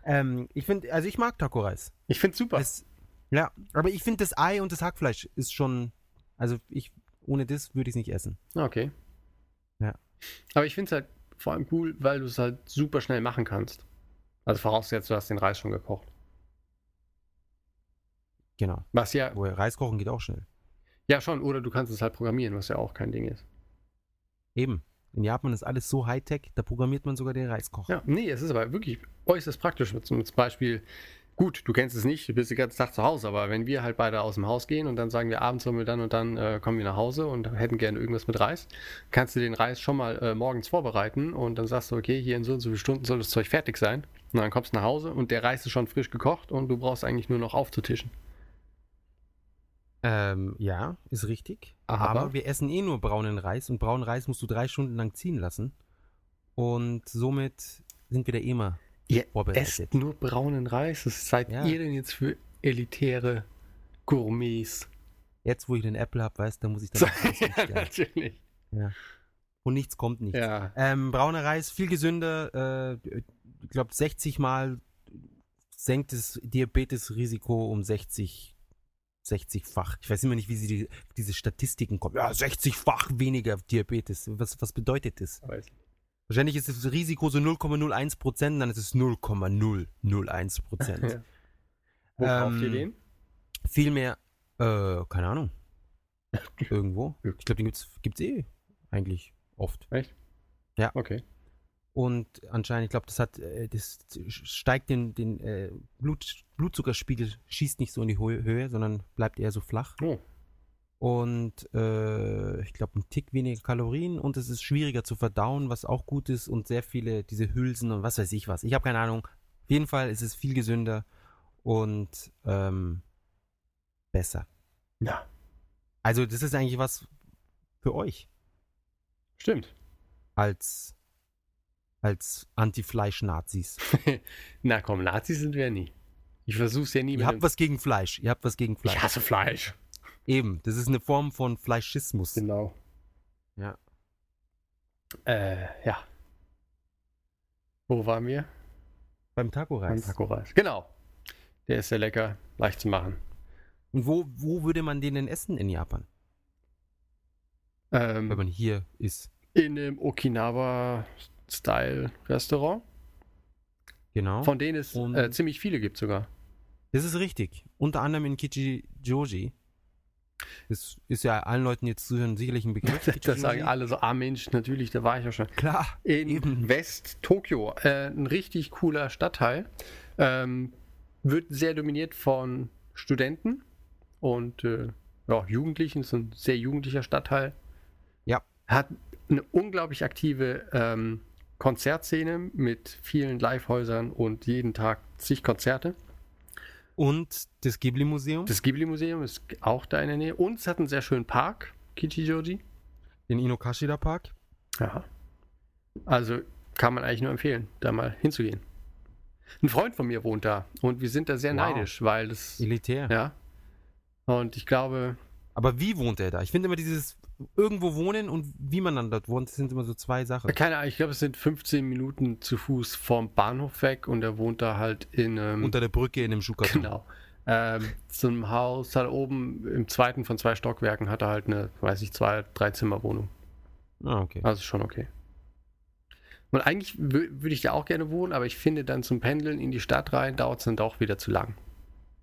ähm, ich finde, also ich mag Taco-Reis.
Ich finde super.
Es, ja, aber ich finde das Ei und das Hackfleisch ist schon, also ich, ohne das würde ich es nicht essen.
Ah, okay.
Ja.
Aber ich finde es halt vor allem cool, weil du es halt super schnell machen kannst. Also vorausgesetzt, du hast den Reis schon gekocht.
Genau.
Was ja,
Woher Reis kochen geht auch schnell.
ja schon, oder du kannst es halt programmieren, was ja auch kein Ding ist.
Eben. In Japan ist alles so Hightech, da programmiert man sogar den Reiskocher.
Ja, nee, es ist aber wirklich äußerst praktisch. Mit Zum Beispiel, gut, du kennst es nicht, du bist den ganzen Tag zu Hause, aber wenn wir halt beide aus dem Haus gehen und dann sagen wir, abends wollen wir dann und dann äh, kommen wir nach Hause und hätten gerne irgendwas mit Reis, kannst du den Reis schon mal äh, morgens vorbereiten und dann sagst du, okay, hier in so und so vielen Stunden soll das Zeug fertig sein. Und dann kommst du nach Hause und der Reis ist schon frisch gekocht und du brauchst eigentlich nur noch aufzutischen.
Ähm, ja, ist richtig.
Aber-
Aber wir essen eh nur braunen Reis und braunen Reis musst du drei Stunden lang ziehen lassen. Und somit sind wir da eh immer
Ihr
vorbereitet.
esst nur braunen Reis, das seid
Ja.
ihr denn jetzt für elitäre Gourmets?
Jetzt, wo ich den Apple habe, weißt du, da muss ich dann auch Reis
ja,
bestellen.
natürlich.
Und nichts kommt nichts.
Ja,
Ähm, brauner Reis, viel gesünder. Äh, ich glaube, 60 Mal senkt das Diabetesrisiko um 60, 60-fach. Ich weiß immer nicht, wie sie die, diese Statistiken kommen. Ja, 60-fach weniger Diabetes. Was, was bedeutet das?
weiß
Wahrscheinlich ist das Risiko so 0,01 Prozent, dann ist es 0,001 Prozent.
Ja. Wo kauft ihr
Ähm,
den?
Viel mehr, äh, keine Ahnung. Irgendwo. Ich glaube, den gibt's, gibt's eh eigentlich oft.
Okay.
Und anscheinend, ich glaube, das hat, äh, das steigt den, den äh, Blut, Blutzuckerspiegel, schießt nicht so in die Ho Höhe, sondern bleibt eher so flach.
Oh.
Und äh, ich glaube, ein Tick weniger Kalorien und es ist schwieriger zu verdauen, was auch gut ist und sehr viele, diese Hülsen und was weiß ich was. Ich habe keine Ahnung. Auf jeden Fall ist es viel gesünder und ähm, besser.
Ja.
Also, das ist eigentlich was für euch
Stimmt.
als, als Anti-Fleisch-Nazis.
Na komm, Nazis sind wir ja nie. Ich versuch's ja nie
Ihr habt
einem-
was gegen Fleisch. Ihr habt was gegen Fleisch.
Ich hasse Fleisch.
Eben. Das ist eine Form von Fleischismus.
Genau.
Ja.
Äh, ja. Wo waren wir?
Beim Taco-Reis.
Taco-Reis. Genau. Der ist sehr lecker, leicht zu machen.
Und wo, wo würde man den denn essen in Japan?
Hm.
Wenn
Ähm,
man hier ist.
in einem Okinawa-Style-Restaurant.
Genau.
Von denen es
Und-
äh, ziemlich viele gibt sogar.
Das ist richtig. Unter anderem in Kichijoji. Das ist ja allen Leuten jetzt zuhören sicherlich ein Begriff.
Das sagen
Kichijoji.
alle so, ah Mensch, natürlich, da war ich ja schon.
Klar.
In
Eben.
West-Tokio, äh, ein richtig cooler Stadtteil. Ähm, wird sehr dominiert von Studenten und äh, ja, Jugendlichen. Ist ein sehr jugendlicher Stadtteil.
Ja.
Hat eine unglaublich aktive ähm, Konzertszene mit vielen Livehäusern und jeden Tag zig Konzerte.
Und das Ghibli-Museum
Das Ghibli-Museum ist auch da in der Nähe. Und es hat einen sehr schönen Park, Kichijoji.
den Inokashira Park.
Ja. Also kann man eigentlich nur empfehlen, da mal hinzugehen. Ein Freund von mir wohnt da und wir sind da sehr
Wow.
neidisch, weil das.
Elitär.
Ja. Und ich glaube,
Aber wie wohnt er da? Ich finde immer dieses irgendwo wohnen und wie man dann dort wohnt, das sind immer so zwei Sachen.
keine Ahnung, ich glaube, es sind 15 Minuten zu Fuß vom Bahnhof weg und er wohnt da halt in einem.
Unter der Brücke in dem Shukato.
genau. Ähm, so einem Haus, halt oben im zweiten von zwei Stockwerken hat er halt eine, weiß ich, zwei, drei Zimmer Wohnung.
Ah, okay.
Also schon okay. Und eigentlich wü- würde ich da auch gerne wohnen, aber ich finde dann zum Pendeln in die Stadt rein dauert es dann doch wieder zu lang.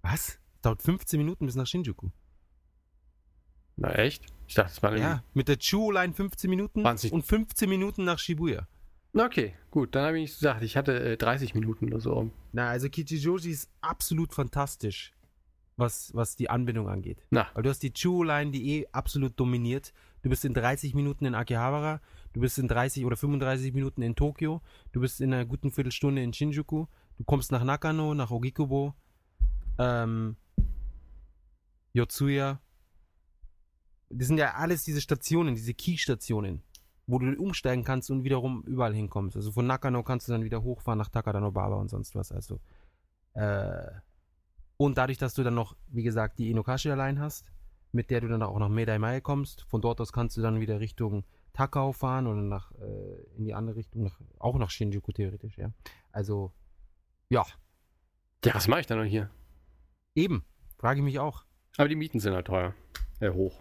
Was? Dauert 15 Minuten bis nach Shinjuku.
Na echt? Ich dachte, es war irgendwie-
Ja, mit der Chuo-Line 15 Minuten
20.
und 15 Minuten nach Shibuya.
Na okay, gut, dann habe ich nicht gesagt, ich hatte äh, 30 Minuten oder so.
Na, also Kichijoji ist absolut fantastisch, was, was die Anbindung angeht.
Na,
Weil du hast die Chuo-Line, die eh absolut dominiert. Du bist in 30 Minuten in Akihabara, du bist in 30 oder 35 Minuten in Tokio, du bist in einer guten Viertelstunde in Shinjuku, du kommst nach Nakano, nach Ogikubo, ähm, Yotsuya. Das sind ja alles diese Stationen, diese Key-Stationen, wo du umsteigen kannst und wiederum überall hinkommst. Also von Nakano kannst du dann wieder hochfahren nach Takadanobaba und sonst was. Also, äh, und dadurch, dass du dann noch, wie gesagt, die Inokashi allein hast, mit der du dann auch nach Medaimae kommst, von dort aus kannst du dann wieder Richtung Takao fahren oder nach, äh, in die andere Richtung, nach, auch nach Shinjuku theoretisch, ja. Also, ja,
ja, was mache ich dann noch hier?
eben, frage ich mich auch.
Aber die Mieten sind halt teuer. Äh, hoch.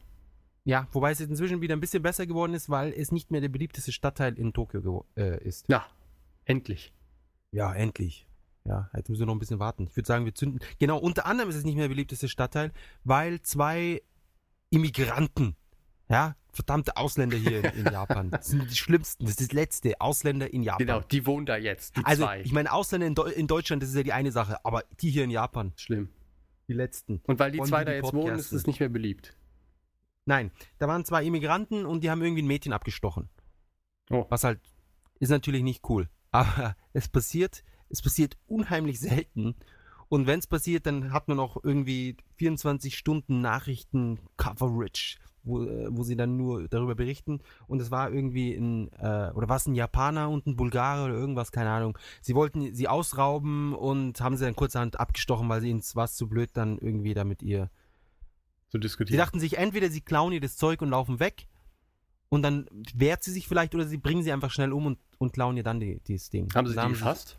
Ja, wobei es jetzt inzwischen wieder ein bisschen besser geworden ist, weil es nicht mehr der beliebteste Stadtteil in Tokio gewo- äh, ist.
Na, endlich.
Ja, endlich. Ja, jetzt müssen wir noch ein bisschen warten. Ich würde sagen, wir zünden. Genau, unter anderem ist es nicht mehr der beliebteste Stadtteil, weil zwei Immigranten, ja, verdammte Ausländer hier in, in Japan, das sind die schlimmsten, das ist das letzte, Ausländer in Japan.
Genau, die wohnen da jetzt, die
Also,
zwei.
ich meine, Ausländer in, Deu in Deutschland, das ist ja die eine Sache, aber die hier in Japan,
Schlimm.
die letzten.
Und weil die
Wollen
zwei
die
da
die
jetzt wohnen, ist
podcasten?
es nicht mehr beliebt.
Nein, da waren zwei Immigranten und die haben irgendwie ein Mädchen abgestochen.
Oh.
Was halt ist natürlich nicht cool. Aber es passiert, es passiert unheimlich selten. Und wenn es passiert, dann hat man auch irgendwie 24 Stunden Nachrichten-Coverage, wo, äh, wo sie dann nur darüber berichten. Und es war irgendwie ein, äh, oder war es ein Japaner und ein Bulgare oder irgendwas, keine Ahnung. Sie wollten sie ausrauben und haben sie dann kurzerhand abgestochen, weil sie ihnen was zu blöd dann irgendwie damit ihr
Zu
Sie
diskutieren.
dachten sich, entweder sie klauen ihr das Zeug und laufen weg und dann wehrt sie sich vielleicht oder sie bringen sie einfach schnell um und, und klauen ihr dann die, dieses Ding.
haben sie
Dann
die gefasst?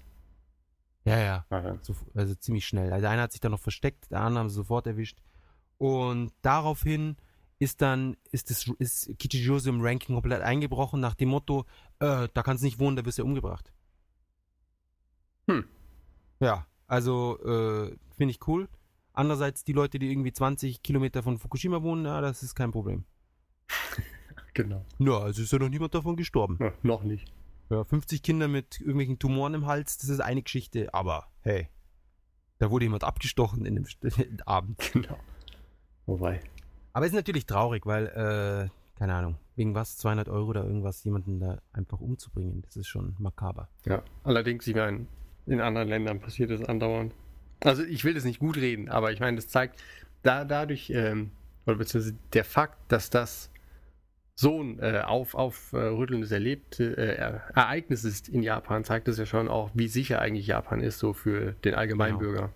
Ja, ja.
Ah, ja.
So, also ziemlich schnell. Also der eine hat sich dann noch versteckt, der andere haben sie sofort erwischt. Und daraufhin ist dann, ist das, ist Kichijosu im Ranking komplett eingebrochen nach dem Motto, äh, da kannst du nicht wohnen, da wirst du ja umgebracht.
Hm.
Ja, also äh, finde ich cool. Andererseits die Leute, die irgendwie 20 Kilometer von Fukushima wohnen, na, das ist kein Problem.
Genau.
Na, also ist ja noch niemand davon gestorben.
Ja, noch nicht.
Ja, 50 Kinder mit irgendwelchen Tumoren im Hals, das ist eine Geschichte, aber hey, da wurde jemand abgestochen in dem St- Abend.
Genau. Wobei.
Aber ist natürlich traurig, weil, äh, keine Ahnung, wegen was, 200 Euro oder irgendwas, jemanden da einfach umzubringen, das ist schon makaber.
Ja. Allerdings, ich meine, in anderen Ländern passiert das andauernd. Also ich will das nicht gut reden, aber ich meine, das zeigt, da dadurch ähm, oder beziehungsweise der Fakt, dass das so ein äh, auf, aufrüttelndes erlebte äh, Ereignis ist in Japan, zeigt es ja schon auch, wie sicher eigentlich Japan ist, so für den Allgemeinbürger.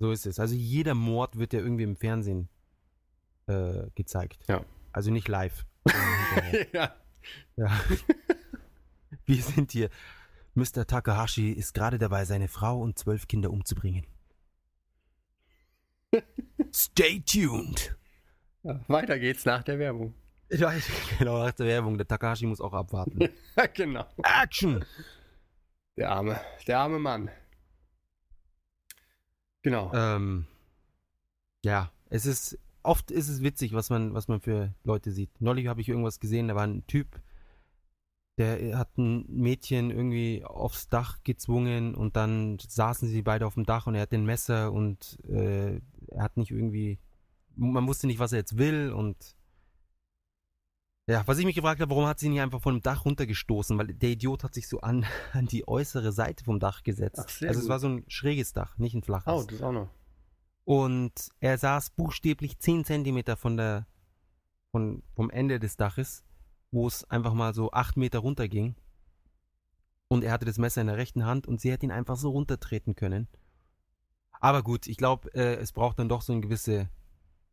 So ist es. Also jeder Mord wird ja irgendwie im Fernsehen äh, gezeigt.
Ja.
Also nicht live. sondern hinterher.
ja.
ja. Wir sind hier. Mr. Takahashi ist gerade dabei, seine Frau und zwölf Kinder umzubringen. Stay tuned.
Ja. Weiter geht's nach der Werbung.
Ja, genau, nach der Werbung. Der Takahashi muss auch abwarten.
genau.
Action!
Der arme, der arme Mann. Genau.
Ähm, ja, es ist oft ist es witzig, was man, was man für Leute sieht. Neulich habe ich irgendwas gesehen, da war ein Typ, der hat ein Mädchen irgendwie aufs Dach gezwungen und dann saßen sie beide auf dem Dach und er hat den Messer und äh, er hat nicht irgendwie, man wusste nicht, was er jetzt will und ja, was ich mich gefragt habe, warum hat sie ihn nicht einfach von dem Dach runtergestoßen? Weil der Idiot hat sich so an, an die äußere Seite vom Dach gesetzt.
Ach, sehr
also es
gut.
war so ein schräges Dach, nicht ein flaches.
oh, das ist auch noch.
Und er saß buchstäblich 10 Zentimeter von der, von, vom Ende des Daches, wo es einfach mal so 8 Meter runterging. Und er hatte das Messer in der rechten Hand und sie hätte ihn einfach so runtertreten können. Aber gut, ich glaube, äh, es braucht dann doch so eine gewisse,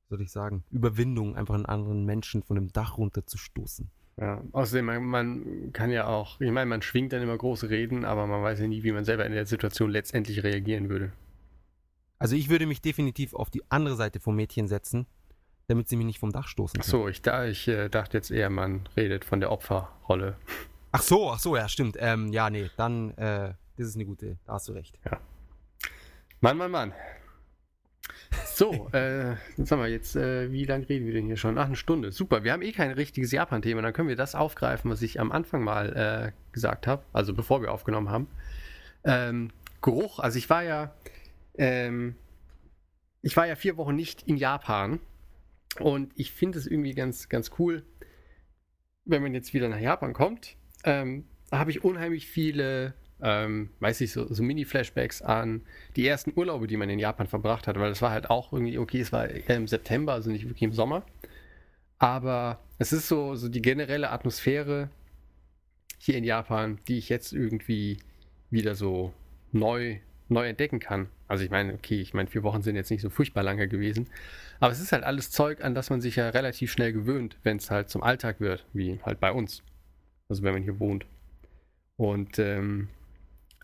soll ich sagen, Überwindung, einfach einen anderen Menschen von dem Dach runterzustoßen.
Ja. Außerdem, man, man kann ja auch, ich meine, man schwingt dann immer große Reden, aber man weiß ja nie, wie man selber in der Situation letztendlich reagieren würde.
Also ich würde mich definitiv auf die andere Seite vom Mädchen setzen, damit sie mich nicht vom Dach stoßen.
Ach so, ich, da, ich äh, dachte jetzt eher, man redet von der Opferrolle.
Ach so, ach so, ja, stimmt. Ähm, ja, nee, dann, äh, das ist eine gute, da hast du recht.
Mann, Mann, Mann. So, äh, sag mal, jetzt, äh, wie lange reden wir denn hier schon? Ach, eine Stunde. Super, wir haben eh kein richtiges Japan-Thema. Dann können wir das aufgreifen, was ich am Anfang mal äh, gesagt habe, also bevor wir aufgenommen haben. Ähm, Geruch, also ich war ja, ähm, ich war ja vier Wochen nicht in Japan und ich finde es irgendwie ganz, ganz cool, wenn man jetzt wieder nach Japan kommt, ähm, habe ich unheimlich viele, ähm, weiß ich, so, so Mini-Flashbacks an die ersten Urlaube, die man in Japan verbracht hat, weil es war halt auch irgendwie, okay, es war eher im September, also nicht wirklich im Sommer. Aber es ist so, so die generelle Atmosphäre hier in Japan, die ich jetzt irgendwie wieder so neu, neu entdecken kann. Also ich meine, okay, ich meine, vier Wochen sind jetzt nicht so furchtbar lange gewesen. Aber es ist halt alles Zeug, an das man sich ja relativ schnell gewöhnt, wenn es halt zum Alltag wird, wie halt bei uns. Also wenn man hier wohnt. Und ähm,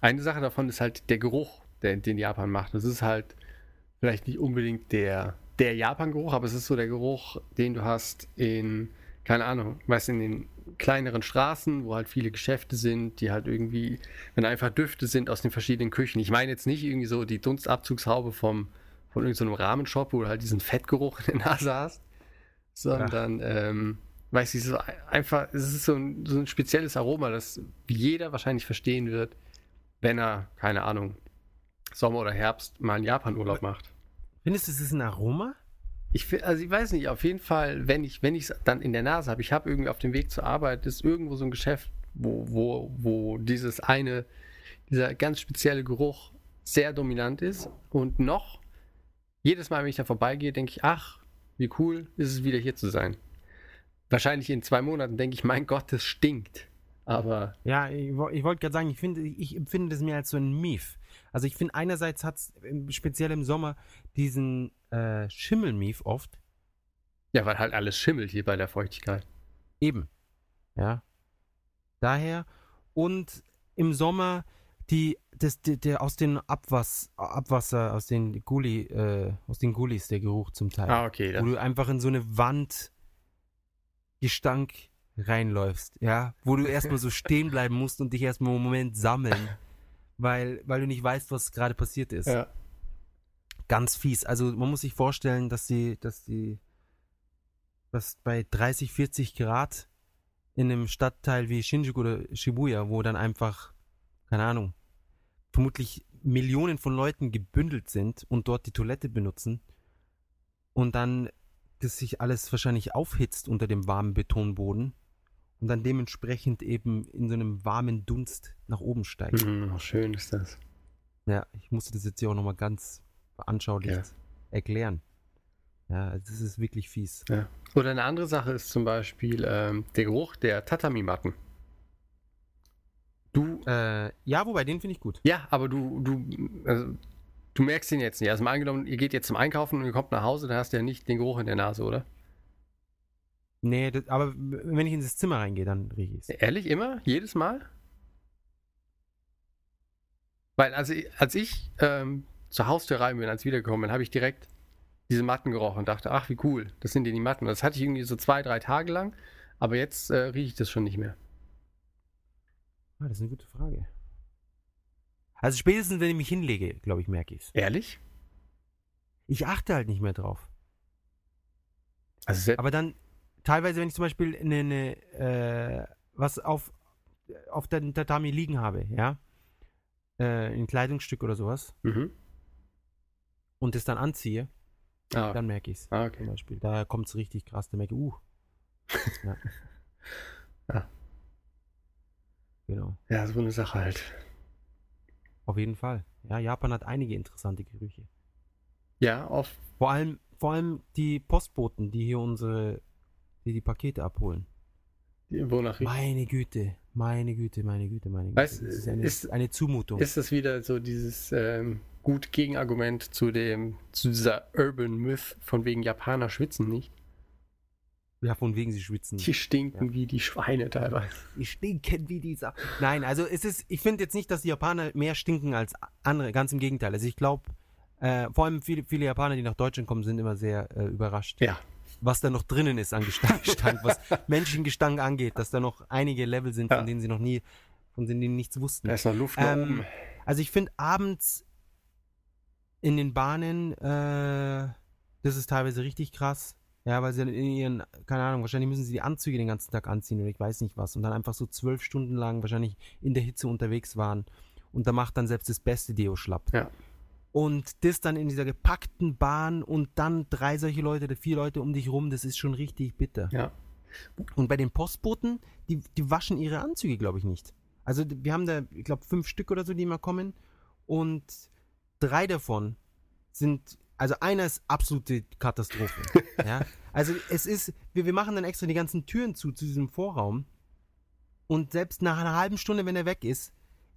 eine Sache davon ist halt der Geruch, der, den Japan macht. Das ist halt vielleicht nicht unbedingt der, der Japan-Geruch, aber es ist so der Geruch, den du hast in, keine Ahnung, weißt du, in den kleineren Straßen, wo halt viele Geschäfte sind, die halt irgendwie, wenn einfach Düfte sind aus den verschiedenen Küchen. Ich meine jetzt nicht irgendwie so die Dunstabzugshaube vom, von irgendeinem Rahmenshop, wo du halt diesen Fettgeruch in der Nase hast, sondern, ähm, weiß ich, so ein- einfach, es ist so ein, so ein spezielles Aroma, das jeder wahrscheinlich verstehen wird, wenn er, keine Ahnung, Sommer oder Herbst mal einen Japan-Urlaub macht.
Findest du, es ist ein Aroma?
Ich, fi- also ich weiß nicht, auf jeden Fall, wenn ich wenn ich es dann in der Nase habe, ich habe irgendwie auf dem Weg zur Arbeit, ist irgendwo so ein Geschäft, wo, wo, wo dieses eine, dieser ganz spezielle Geruch sehr dominant ist und noch jedes Mal, wenn ich da vorbeigehe, denke ich, ach, wie cool ist es wieder hier zu sein. Wahrscheinlich in zwei Monaten denke ich, mein Gott, das stinkt. Aber
Ja, ich, wo- ich wollte gerade sagen, ich, finde, ich empfinde das mehr als so ein Mief. Also ich finde, einerseits hat es speziell im Sommer diesen äh, Schimmelmief oft.
ja, weil halt alles schimmelt hier bei der Feuchtigkeit.
Eben. Ja. Daher. Und im Sommer die, das, die, der aus den Abwas, Abwasser, aus den Gulli, äh, aus den Gullis, der Geruch zum Teil.
Ah, okay.
wo du einfach in so eine Wand Gestank reinläufst, ja, wo du erstmal so stehen bleiben musst und dich erstmal einen Moment sammeln, weil, weil du nicht weißt, was gerade passiert ist.
ja.
Ganz fies. Also man muss sich vorstellen, dass die, dass die, dass bei 30, 40 Grad in einem Stadtteil wie Shinjuku oder Shibuya, wo dann einfach, keine Ahnung, vermutlich Millionen von Leuten gebündelt sind und dort die Toilette benutzen und dann das sich alles wahrscheinlich aufhitzt unter dem warmen Betonboden und dann dementsprechend eben in so einem warmen Dunst nach oben steigt.
Mm, schön ist das.
Ja, ich musste das jetzt hier auch nochmal ganz veranschaulicht
Ja.
erklären. Ja, also das ist wirklich fies.
Oder eine andere Sache ist zum Beispiel ähm, der Geruch der Tatami-Matten. Du,
Äh, ja, wobei, den finde ich gut.
ja, aber du, du, also, du merkst ihn jetzt nicht. Also mal angenommen, ihr geht jetzt zum Einkaufen und ihr kommt nach Hause, dann hast du ja nicht den Geruch in der Nase, oder?
Nee, das, aber w- wenn ich in das Zimmer reingehe, dann rieche ich es.
Ehrlich, immer? Jedes Mal? Weil als ich, als ich ähm, zur Haustür rein bin, als ich wiedergekommen bin, habe ich direkt diese Matten gerochen und dachte, ach wie cool, das sind ja die Matten. Das hatte ich irgendwie so zwei, drei Tage lang, aber jetzt äh, rieche ich das schon nicht mehr.
Ah, das ist eine gute Frage. Also spätestens, wenn ich mich hinlege, glaube ich, merke ich es.
Ehrlich?
Ich achte halt nicht mehr drauf.
Also selbst,
Aber dann, teilweise, wenn ich zum Beispiel eine, eine äh, was auf, auf dem Tatami liegen habe, ja, äh, ein Kleidungsstück oder sowas,
mhm.
und das dann anziehe,
ah,
dann merke ich es.
ah,
Zum
okay.
Beispiel. Da kommt es richtig krass, da merke ich, uh. Ja.
Ja.
Genau,
Ja, so eine Sache halt.
auf jeden Fall. Ja, Japan hat einige interessante Gerüche.
Ja, oft.
Vor allem, vor allem die Postboten, die hier unsere, die die Pakete abholen.
Wonach riecht
Meine Güte, meine Güte, meine Güte, meine Güte.
Weißt,
das ist eine,
ist-
eine Zumutung.
Ist das wieder so dieses ähm, gut Gegenargument zu dem, zu dieser Urban Myth von wegen Japaner schwitzen nicht?
ja, von wegen sie schwitzen.
Die stinken wie die Schweine teilweise.
Die stinken wie dieser. Nein, also es ist, ich finde jetzt nicht, dass die Japaner mehr stinken als andere. Ganz im Gegenteil. Also ich glaube, äh, vor allem viele, viele Japaner, die nach Deutschland kommen, sind immer sehr äh, überrascht,
Ja.
was da noch drinnen ist an Gestank, Gestank was Menschengestank angeht, dass da noch einige Level sind, von
Ja.
denen sie noch nie, von denen die nichts wussten.
Da ist noch Luft nach
Ähm,
oben.
Also ich finde abends in den Bahnen, äh, das ist teilweise richtig krass. Ja, weil sie dann in ihren, keine Ahnung, wahrscheinlich müssen sie die Anzüge den ganzen Tag anziehen oder ich weiß nicht was. Und dann einfach so zwölf Stunden lang wahrscheinlich in der Hitze unterwegs waren. Und da macht dann selbst das beste Deo schlapp.
Ja.
Und das dann in dieser gepackten Bahn und dann drei solche Leute oder vier Leute um dich rum, das ist schon richtig bitter.
Ja.
Und bei den Postboten, die, die waschen ihre Anzüge, glaube ich, nicht. Also d- wir haben da, ich glaube, fünf Stück oder so, die mal kommen. Und drei davon sind, also einer ist absolute Katastrophe. ja? Also es ist, wir, wir machen dann extra die ganzen Türen zu, zu diesem Vorraum. Und selbst nach einer halben Stunde, wenn er weg ist,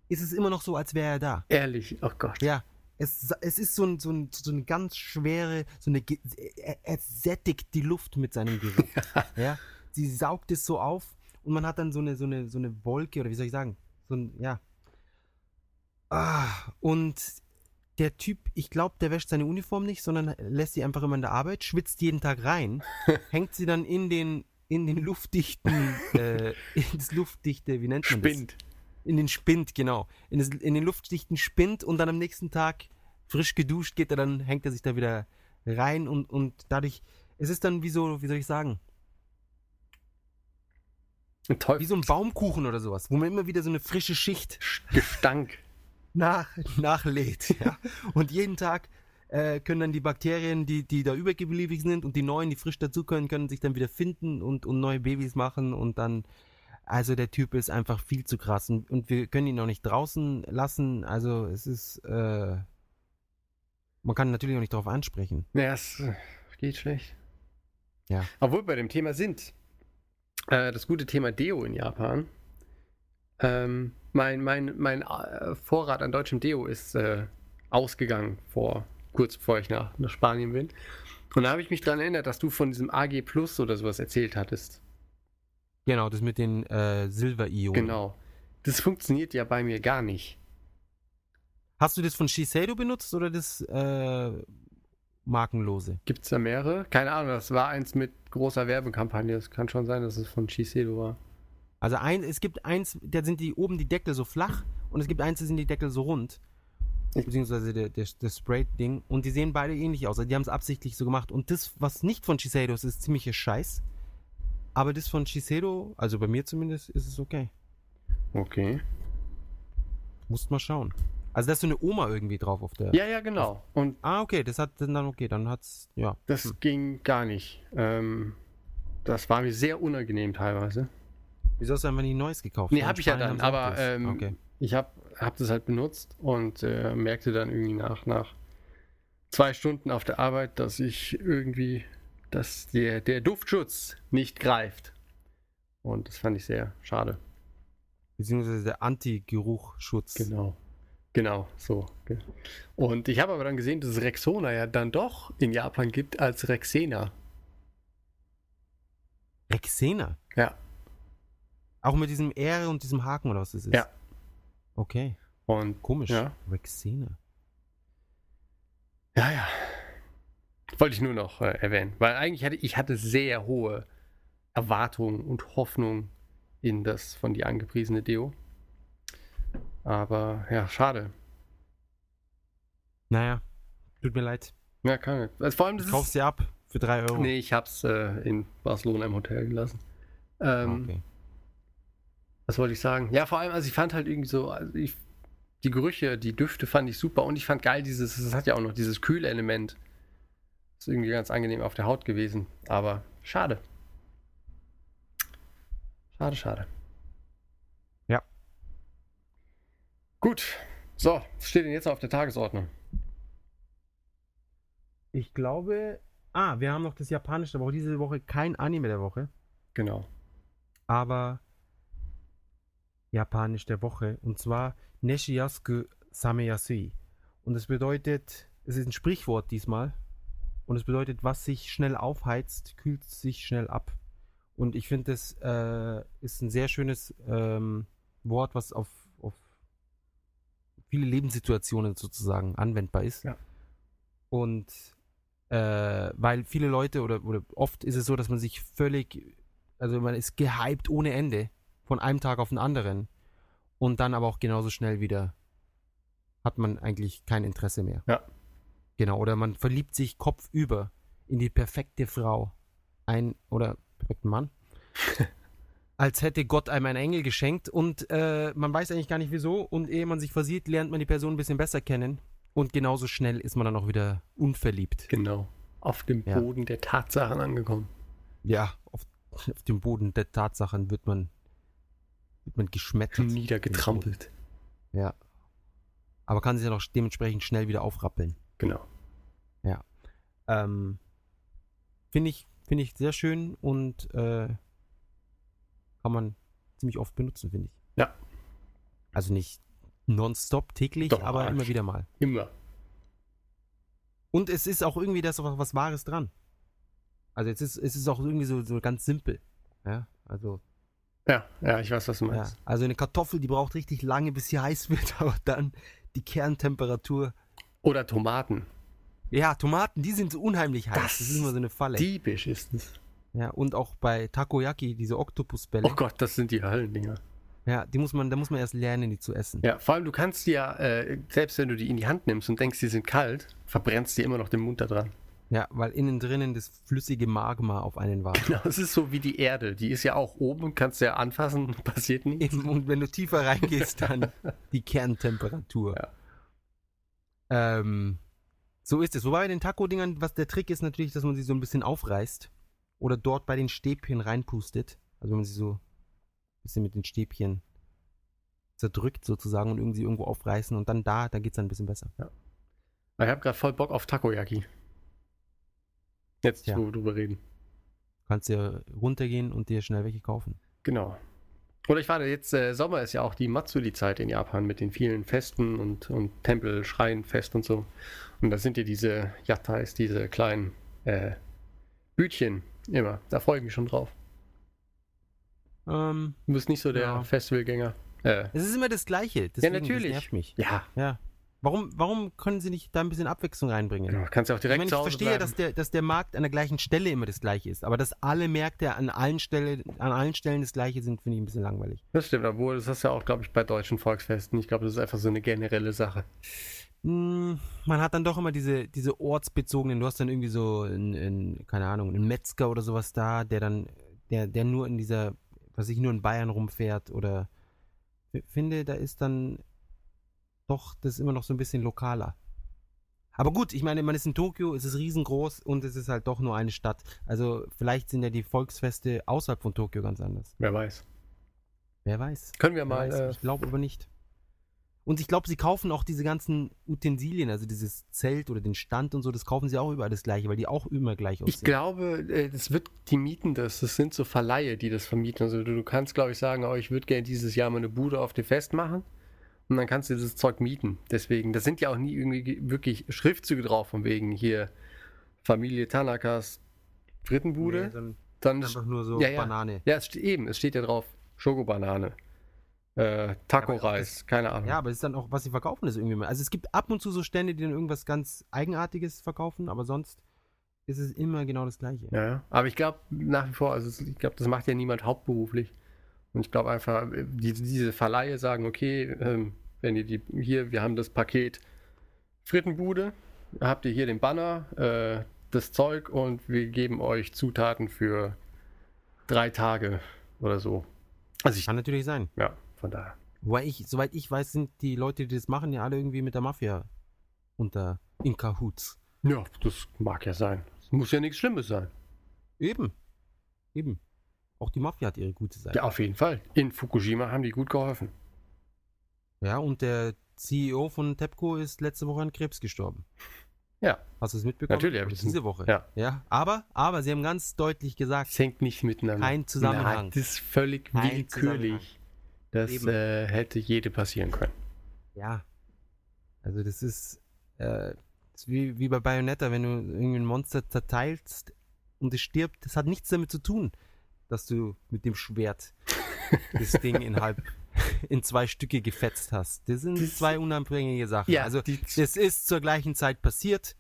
ist es immer noch so, als wäre er da.
Ehrlich, oh Gott.
Ja. Es, es ist so, ein, so, ein, so eine ganz schwere, so eine, Ge- er, er sättigt die Luft mit seinem Geruch. ja. Sie saugt es so auf und man hat dann so eine, so eine, so eine Wolke oder wie soll ich sagen? So ein, ja. Ah, und der Typ, ich glaube, der wäscht seine Uniform nicht, sondern lässt sie einfach immer in der Arbeit, schwitzt jeden Tag rein, hängt sie dann in den, in den luftdichten, äh, ins luftdichte, wie nennt man das?
Spind.
In den Spind, genau. In, das, in den luftdichten Spind und dann am nächsten Tag frisch geduscht geht er, dann hängt er sich da wieder rein und, und dadurch, es ist dann wie so, wie soll ich sagen,
Ein
wie so ein Baumkuchen oder sowas, wo man immer wieder so eine frische Schicht
Teufelsgestank.
nach, nachlädt. Ja? Und jeden Tag äh, können dann die Bakterien, die, die da übergeblieben sind und die neuen, die frisch dazu können, können sich dann wieder finden und, und neue Babys machen und dann. Also der Typ ist einfach viel zu krass und, und wir können ihn auch nicht draußen lassen. Also es ist, äh, man kann natürlich auch nicht darauf ansprechen.
Ja, es äh, geht schlecht.
Ja.
Obwohl wir bei dem Thema sind, äh, das gute Thema Deo in Japan. Ähm, mein mein, mein äh, Vorrat an deutschem Deo ist äh, ausgegangen vor kurz bevor ich nach, nach Spanien bin. Und da habe ich mich daran erinnert, dass du von diesem AG Plus oder sowas erzählt hattest.
Genau, das mit den äh, Silberionen.
Genau. Das funktioniert ja bei mir gar nicht.
Hast du das von Shiseido benutzt oder das äh, markenlose?
Gibt es da mehrere? Keine Ahnung, das war eins mit großer Werbekampagne. Es kann schon sein, dass es von Shiseido war.
Also ein, es gibt eins, da sind die oben die Deckel so flach und es gibt eins, da sind die Deckel so rund.
Ich-
Beziehungsweise der, der, das Spray-Ding. Und die sehen beide ähnlich aus. Also die haben es absichtlich so gemacht. Und das, was nicht von Shiseido ist, ist ziemlicher Scheiß. Aber das von Shiseido, also bei mir zumindest, ist es okay.
Okay.
Musst mal schauen. Also da ist so eine Oma irgendwie drauf auf der.
Ja, ja, genau. Und
Ah, okay, das hat dann okay, dann hat's, ja.
das ging gar nicht. Ähm, das war mir sehr unangenehm teilweise.
Wieso hast du einfach nicht Neues gekauft?
Nee,
In
hab ich ja
Spanien
dann,
haben sie auch
aber
das.
ähm,
okay.
ich hab, hab das halt benutzt und äh, merkte dann irgendwie nach, nach zwei Stunden auf der Arbeit, dass ich irgendwie, dass der, der Duftschutz nicht greift. Und das fand ich sehr schade.
Beziehungsweise der Anti-Geruchschutz.
Genau. Genau, so. Ge- Und ich habe aber dann gesehen, dass es Rexona ja dann doch in Japan gibt als Rexena.
Rexena.
Ja.
Auch mit diesem R und diesem Haken oder was das ist.
Ja.
Okay,
Und
komisch.
Ja.
Rexena.
ja, ja. Wollte ich nur noch äh, erwähnen, weil eigentlich hatte ich hatte sehr hohe Erwartungen und Hoffnung in das von dir angepriesene Deo. Aber ja, schade.
Naja, tut mir leid.
Ja, kann ich. Also vor allem, das
Ich kauf
ist,
sie ab für 3 Euro.
Nee, ich hab's äh, in Barcelona im Hotel gelassen. Ähm,
okay.
Was wollte ich sagen? Ja, vor allem, also ich fand halt irgendwie so, also ich, die Gerüche, die Düfte fand ich super und ich fand geil dieses, es hat ja auch noch dieses Kühlelement. Ist irgendwie ganz angenehm auf der Haut gewesen, aber schade. Schade, schade.
Ja.
Gut. So, was steht denn jetzt noch auf der Tagesordnung?
Ich glaube. Ah, wir haben noch das Japanische der Woche. Diese Woche kein Anime der Woche,
Genau.
aber Japanisch der Woche. Und zwar Neshiyasuku Sameyasui. Und es bedeutet, es ist ein Sprichwort diesmal. Und es bedeutet, was sich schnell aufheizt, kühlt sich schnell ab. Und ich finde, das äh, ist ein sehr schönes ähm, Wort, was auf, auf viele Lebenssituationen sozusagen anwendbar ist.
Ja.
Und äh, weil viele Leute oder, oder oft ist es so, dass man sich völlig, also man ist gehypt ohne Ende von einem Tag auf den anderen und dann aber auch genauso schnell wieder hat man eigentlich kein Interesse mehr.
Ja.
Genau, oder man verliebt sich kopfüber in die perfekte Frau. Ein oder perfekten Mann. Als hätte Gott einem einen Engel geschenkt und äh, man weiß eigentlich gar nicht wieso. Und ehe man sich versieht, lernt man die Person ein bisschen besser kennen. Und genauso schnell ist man dann auch wieder unverliebt.
Genau. Auf dem
Ja.
Boden der Tatsachen angekommen.
Ja, auf, auf dem Boden der Tatsachen wird man, wird man geschmettert.
Hm. Niedergetrampelt.
Ja. Aber kann sich dann auch dementsprechend schnell wieder aufrappeln.
Genau.
Ähm, Finde ich, find ich sehr schön und äh, kann man ziemlich oft benutzen, finde ich.
Ja.
Also nicht nonstop täglich,
Doch,
aber immer
st-
wieder mal.
Immer.
Und es ist auch irgendwie das was, was Wahres dran. Also jetzt ist, es ist auch irgendwie so, so ganz simpel. Ja, also,
Ja, ja, ich weiß, was du
ja.
meinst.
also eine Kartoffel, die braucht richtig lange, bis sie heiß wird, aber dann die Kerntemperatur.
Oder Tomaten.
Ja, Tomaten, die sind so unheimlich heiß. Das,
Das-
ist immer so eine Falle.
Diebisch ist es.
Ja, und auch bei Takoyaki, diese Oktopusbälle.
Oh Gott, das sind die Höllendinger.
Ja, die muss man, da muss man erst lernen, die zu essen.
Ja, vor allem, du kannst die ja, äh, selbst wenn du die in die Hand nimmst und denkst, die sind kalt, verbrennst dir immer noch den Mund da dran.
Ja, weil innen drinnen das flüssige Magma auf einen wartet.
Genau, es ist so wie die Erde. Die ist ja auch oben und kannst ja anfassen, passiert nie.
Eben, und wenn du tiefer reingehst, dann die Kerntemperatur. Ähm, so ist es. Wobei bei den Taco-Dingern, was der Trick ist natürlich, dass man sie so ein bisschen aufreißt oder dort bei den Stäbchen reinpustet. Also wenn man sie so ein bisschen mit den Stäbchen zerdrückt sozusagen und irgendwie irgendwo aufreißen und dann da, da geht's dann ein bisschen besser.
Aber ich habe gerade voll Bock auf Takoyaki. Jetzt,
Ja.
wo wir drüber reden.
Kannst dir runtergehen und dir schnell welche kaufen.
Genau. Oder ich warte, jetzt äh, Sommer ist ja auch die Matsuri-Zeit in Japan mit den vielen Festen und, und Tempel, Schreinfest und so. Und da sind ja diese Yatais, diese kleinen äh, Bütchen immer. Da freue ich mich schon drauf.
Ähm,
Du bist nicht so der
Ja.
Festivalgänger. Äh,
es ist immer das Gleiche. deswegen,
natürlich.
Das nervt mich.
ja,
Ja. Warum, warum können sie nicht da ein bisschen Abwechslung reinbringen?
genau. kannst ja auch
Ich,
direkt
meine, ich
zu Hause
verstehe,
bleiben.
dass der, dass der Markt an der gleichen Stelle immer das gleiche ist, aber dass alle Märkte an allen, Stelle, an allen Stellen das gleiche sind, finde ich ein bisschen langweilig.
Das stimmt, obwohl das ist ja auch, glaube ich, bei deutschen Volksfesten. Ich glaube, das ist einfach so eine generelle Sache.
Hm, man hat dann doch immer diese, diese ortsbezogenen, du hast dann irgendwie so, einen, einen, keine Ahnung, einen Metzger oder sowas da, der dann, der, der nur in dieser, was ich nur in Bayern rumfährt oder ich finde, da ist dann doch das immer noch so ein bisschen lokaler. Aber gut, ich meine, man ist in Tokio, es ist riesengroß und es ist halt doch nur eine Stadt. Also vielleicht sind ja die Volksfeste außerhalb von Tokio ganz anders.
Wer weiß.
Wer weiß.
Können wir
Wer
mal
weiß.
äh,
Ich glaube aber nicht. Und ich glaube, sie kaufen auch diese ganzen Utensilien, also dieses Zelt oder den Stand und so, das kaufen sie auch überall das gleiche, weil die auch immer gleich
Ich
aussehen.
glaube, äh, das wird, die mieten das. Das sind so Verleihe, die das vermieten. Also du, du kannst, glaube ich, sagen, oh, ich würde gerne dieses Jahr mal eine Bude auf dem Fest machen. Und dann kannst du dieses Zeug mieten. Deswegen, das sind ja auch nie irgendwie ge- wirklich Schriftzüge drauf, von wegen hier Familie Tanakas Frittenbude.
Nee, sondern
dann ist-
einfach nur so
Ja, ja.
Banane.
ja, es steht, eben, es steht ja drauf, Schokobanane, äh, Taco-Reis, keine Ahnung.
Ja, aber es ist dann auch, was sie verkaufen, ist irgendwie. Mehr. Also es gibt ab und zu so Stände, die dann irgendwas ganz Eigenartiges verkaufen, aber sonst ist es immer genau das Gleiche.
Ja, ja. aber ich glaube nach wie vor, also es- ich glaube, das macht ja niemand hauptberuflich. Und ich glaube einfach, äh, die, diese Verleihe sagen, okay, ähm, wenn ihr die hier, wir haben das Paket Frittenbude, habt ihr hier den Banner, äh, das Zeug und wir geben euch Zutaten für drei Tage oder so. Also ich,
Kann natürlich sein.
ja, von daher.
Wobei ich, soweit ich weiß, sind die Leute, die das machen, ja alle irgendwie mit der Mafia unter in Kahoots.
Ja, das mag ja sein. Es muss ja nichts Schlimmes sein.
Eben. Eben. Auch die Mafia hat ihre gute Seite.
Ja, auf jeden Fall. In Fukushima haben die gut geholfen.
Ja, und der CEO von TEPCO ist letzte Woche an Krebs gestorben.
Ja.
Hast du es mitbekommen?
Natürlich hab ich
Oder
das
Diese Woche.
ja.
ja. Aber, aber sie haben ganz deutlich gesagt,
Es hängt nicht miteinander.
Kein Zusammenhang.
Nein, das ist völlig
Kein
willkürlich. Das
Eben.
äh, hätte jede passieren können.
ja. Also das ist, äh, das ist wie, wie bei Bayonetta, wenn du irgendwie ein Monster zerteilst und es stirbt, das hat nichts damit zu tun, dass du mit dem Schwert das Ding in halb, in zwei Stücke gefetzt hast. Das sind
Das-
zwei unabhängige Sachen. also
die,
Das ist zur gleichen Zeit passiert,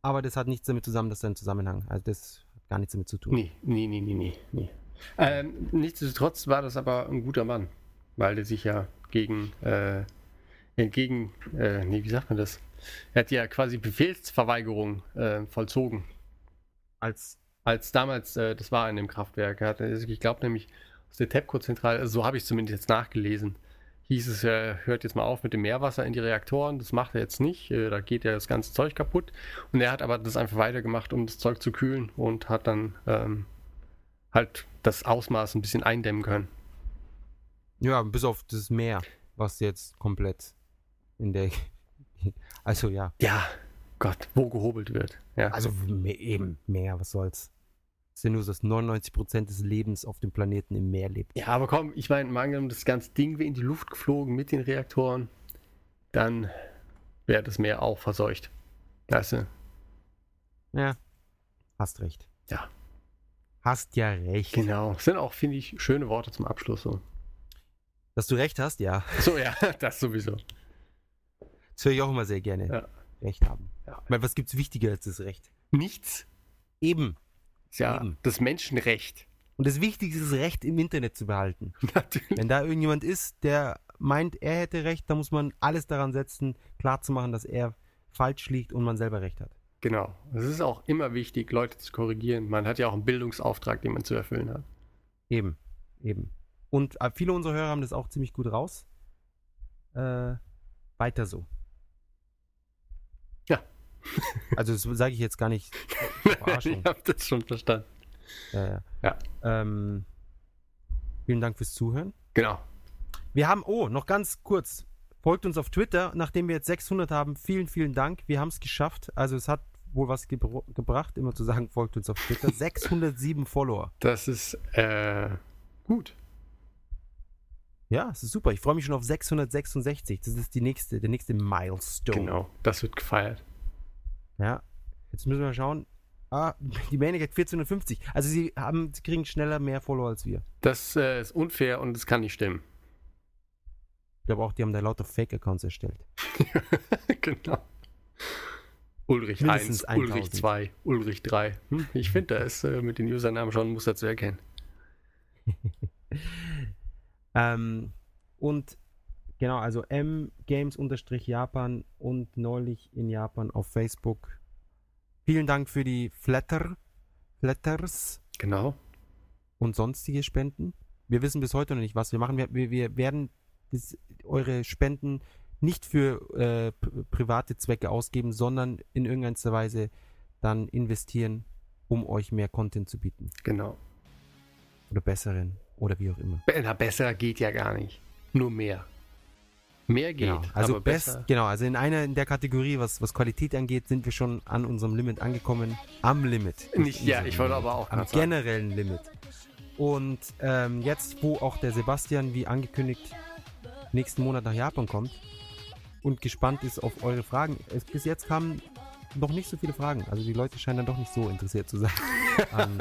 aber das hat nichts damit zusammen, dass da ein Zusammenhang. Also das hat gar nichts damit zu tun.
nee, nee, nee, nee, nee. nee. Ähm, nichtsdestotrotz war das aber ein guter Mann, weil der sich ja gegen, äh, entgegen, äh, nee, wie sagt man das? Er hat ja quasi Befehlsverweigerung äh, vollzogen.
Als
als damals, äh, das war in dem Kraftwerk, er hat, ich glaube nämlich aus der TEPCO-Zentrale, also so habe ich zumindest jetzt nachgelesen, hieß es, äh, hört jetzt mal auf mit dem Meerwasser in die Reaktoren, das macht er jetzt nicht, äh, da geht ja das ganze Zeug kaputt. Und er hat aber das einfach weitergemacht, um das Zeug zu kühlen und hat dann ähm, halt das Ausmaß ein bisschen eindämmen können.
ja, bis auf das Meer, was jetzt komplett in der Also ja,
Ja, Gott, wo gehobelt wird. Ja,
also me- eben Meer, was soll's. Es ist ja nur, so, dass 99% des Lebens auf dem Planeten im Meer lebt.
ja aber komm, ich meine, mal angenommen, das ganze Ding wäre in die Luft geflogen mit den Reaktoren, dann wäre das Meer auch verseucht. Weißt du?
Ja. Hast recht.
Ja.
Hast ja recht.
Genau. Das sind auch, finde ich, schöne Worte zum Abschluss. So,
Dass du recht hast, ja.
so ja, das sowieso.
Das höre ich auch immer sehr gerne.
Ja.
Recht haben.
Ja.
Weil was gibt's wichtiger als das Recht?
Nichts
Eben.
ist ja
Eben.
das Menschenrecht.
Und das Wichtigste ist, Recht im Internet zu behalten.
Natürlich.
Wenn da irgendjemand ist, der meint, er hätte Recht, dann muss man alles daran setzen, klarzumachen, dass er falsch liegt und man selber Recht hat.
Genau. Es ist auch immer wichtig, Leute zu korrigieren. Man hat ja auch einen Bildungsauftrag, den man zu erfüllen hat.
Eben, eben. Und äh, viele unserer Hörer haben das auch ziemlich gut raus. Äh, weiter so.
Ja.
Also das sage ich jetzt gar nicht. Verarschung.
ich habe das schon verstanden.
Äh,
Ja.
Ähm, vielen Dank fürs Zuhören.
Genau.
Wir haben, oh, noch ganz kurz. Folgt uns auf Twitter, nachdem wir jetzt 600 haben. Vielen, vielen Dank. Wir haben es geschafft. Also es hat wohl was gebro- gebracht, immer zu sagen, folgt uns auf Twitter. 607 Follower.
Das ist äh, gut.
Ja, es ist super. Ich freue mich schon auf 666. Das ist die nächste, der nächste Milestone.
Genau. Das wird gefeiert.
Ja. Jetzt müssen wir schauen. Ah, die Maniac hat 1450. Also sie haben, sie kriegen schneller mehr Follower als wir.
Das äh, ist unfair und es kann nicht stimmen.
Ich glaube auch, die haben da lauter Fake-Accounts erstellt.
genau. Ulrich
Mindestens
1, Ulrich
1000.
2, Ulrich 3. Hm? Ich finde, da ist äh, mit den Usernamen schon ein Muster zu erkennen.
Ähm, und genau, also M Games unterstrich Japan und neulich in Japan auf Facebook. Vielen Dank für die Flatter, Flatters
Genau.
und sonstige Spenden. Wir wissen bis heute noch nicht, was wir machen. Wir, wir, wir werden das, eure Spenden nicht für äh, p- private Zwecke ausgeben, sondern in irgendeiner Weise dann investieren, um euch mehr Content zu bieten.
Genau.
Oder besseren. Oder wie auch immer.
Be- Na, besser geht ja gar nicht. Nur mehr. Mehr geht.
Genau. Also
aber
best,
besser.
genau, also in einer in der Kategorie, was, was Qualität angeht, sind wir schon an unserem Limit angekommen. Am Limit.
Nicht, ja,
unserem
ich wollte
Limit.
aber auch
am
grad sagen.
generellen Limit. Und ähm, jetzt, wo auch der Sebastian, wie angekündigt, nächsten Monat nach Japan kommt und gespannt ist auf eure Fragen. Es, bis jetzt kamen noch nicht so viele Fragen. Also die Leute scheinen dann doch nicht so interessiert zu sein. ähm,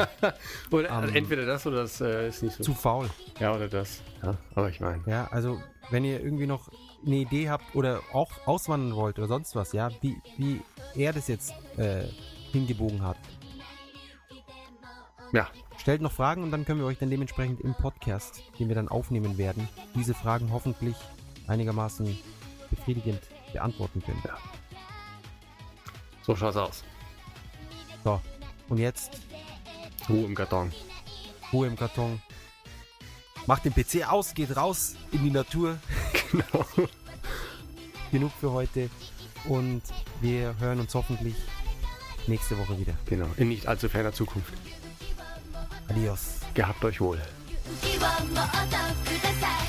Oder also
am-
entweder das oder das äh, ist nicht so.
zu faul.
ja, oder das. Ja, aber ich meine.
Ja, also wenn ihr irgendwie noch eine Idee habt oder auch auswandern wollt oder sonst was, ja, wie, wie er das jetzt äh, hingebogen hat,
Ja,
stellt noch Fragen und dann können wir euch dann dementsprechend im Podcast, den wir dann aufnehmen werden, diese Fragen hoffentlich einigermaßen befriedigend beantworten können.
so schaut's aus.
So, und jetzt
Ruhe im Karton.
Ruhe im Karton. Macht den PC aus, geht raus in die Natur.
Genau.
Genug für heute und wir hören uns hoffentlich nächste Woche wieder.
Genau. In nicht allzu ferner Zukunft.
Adios.
Gehabt euch wohl.
勇気をもっとください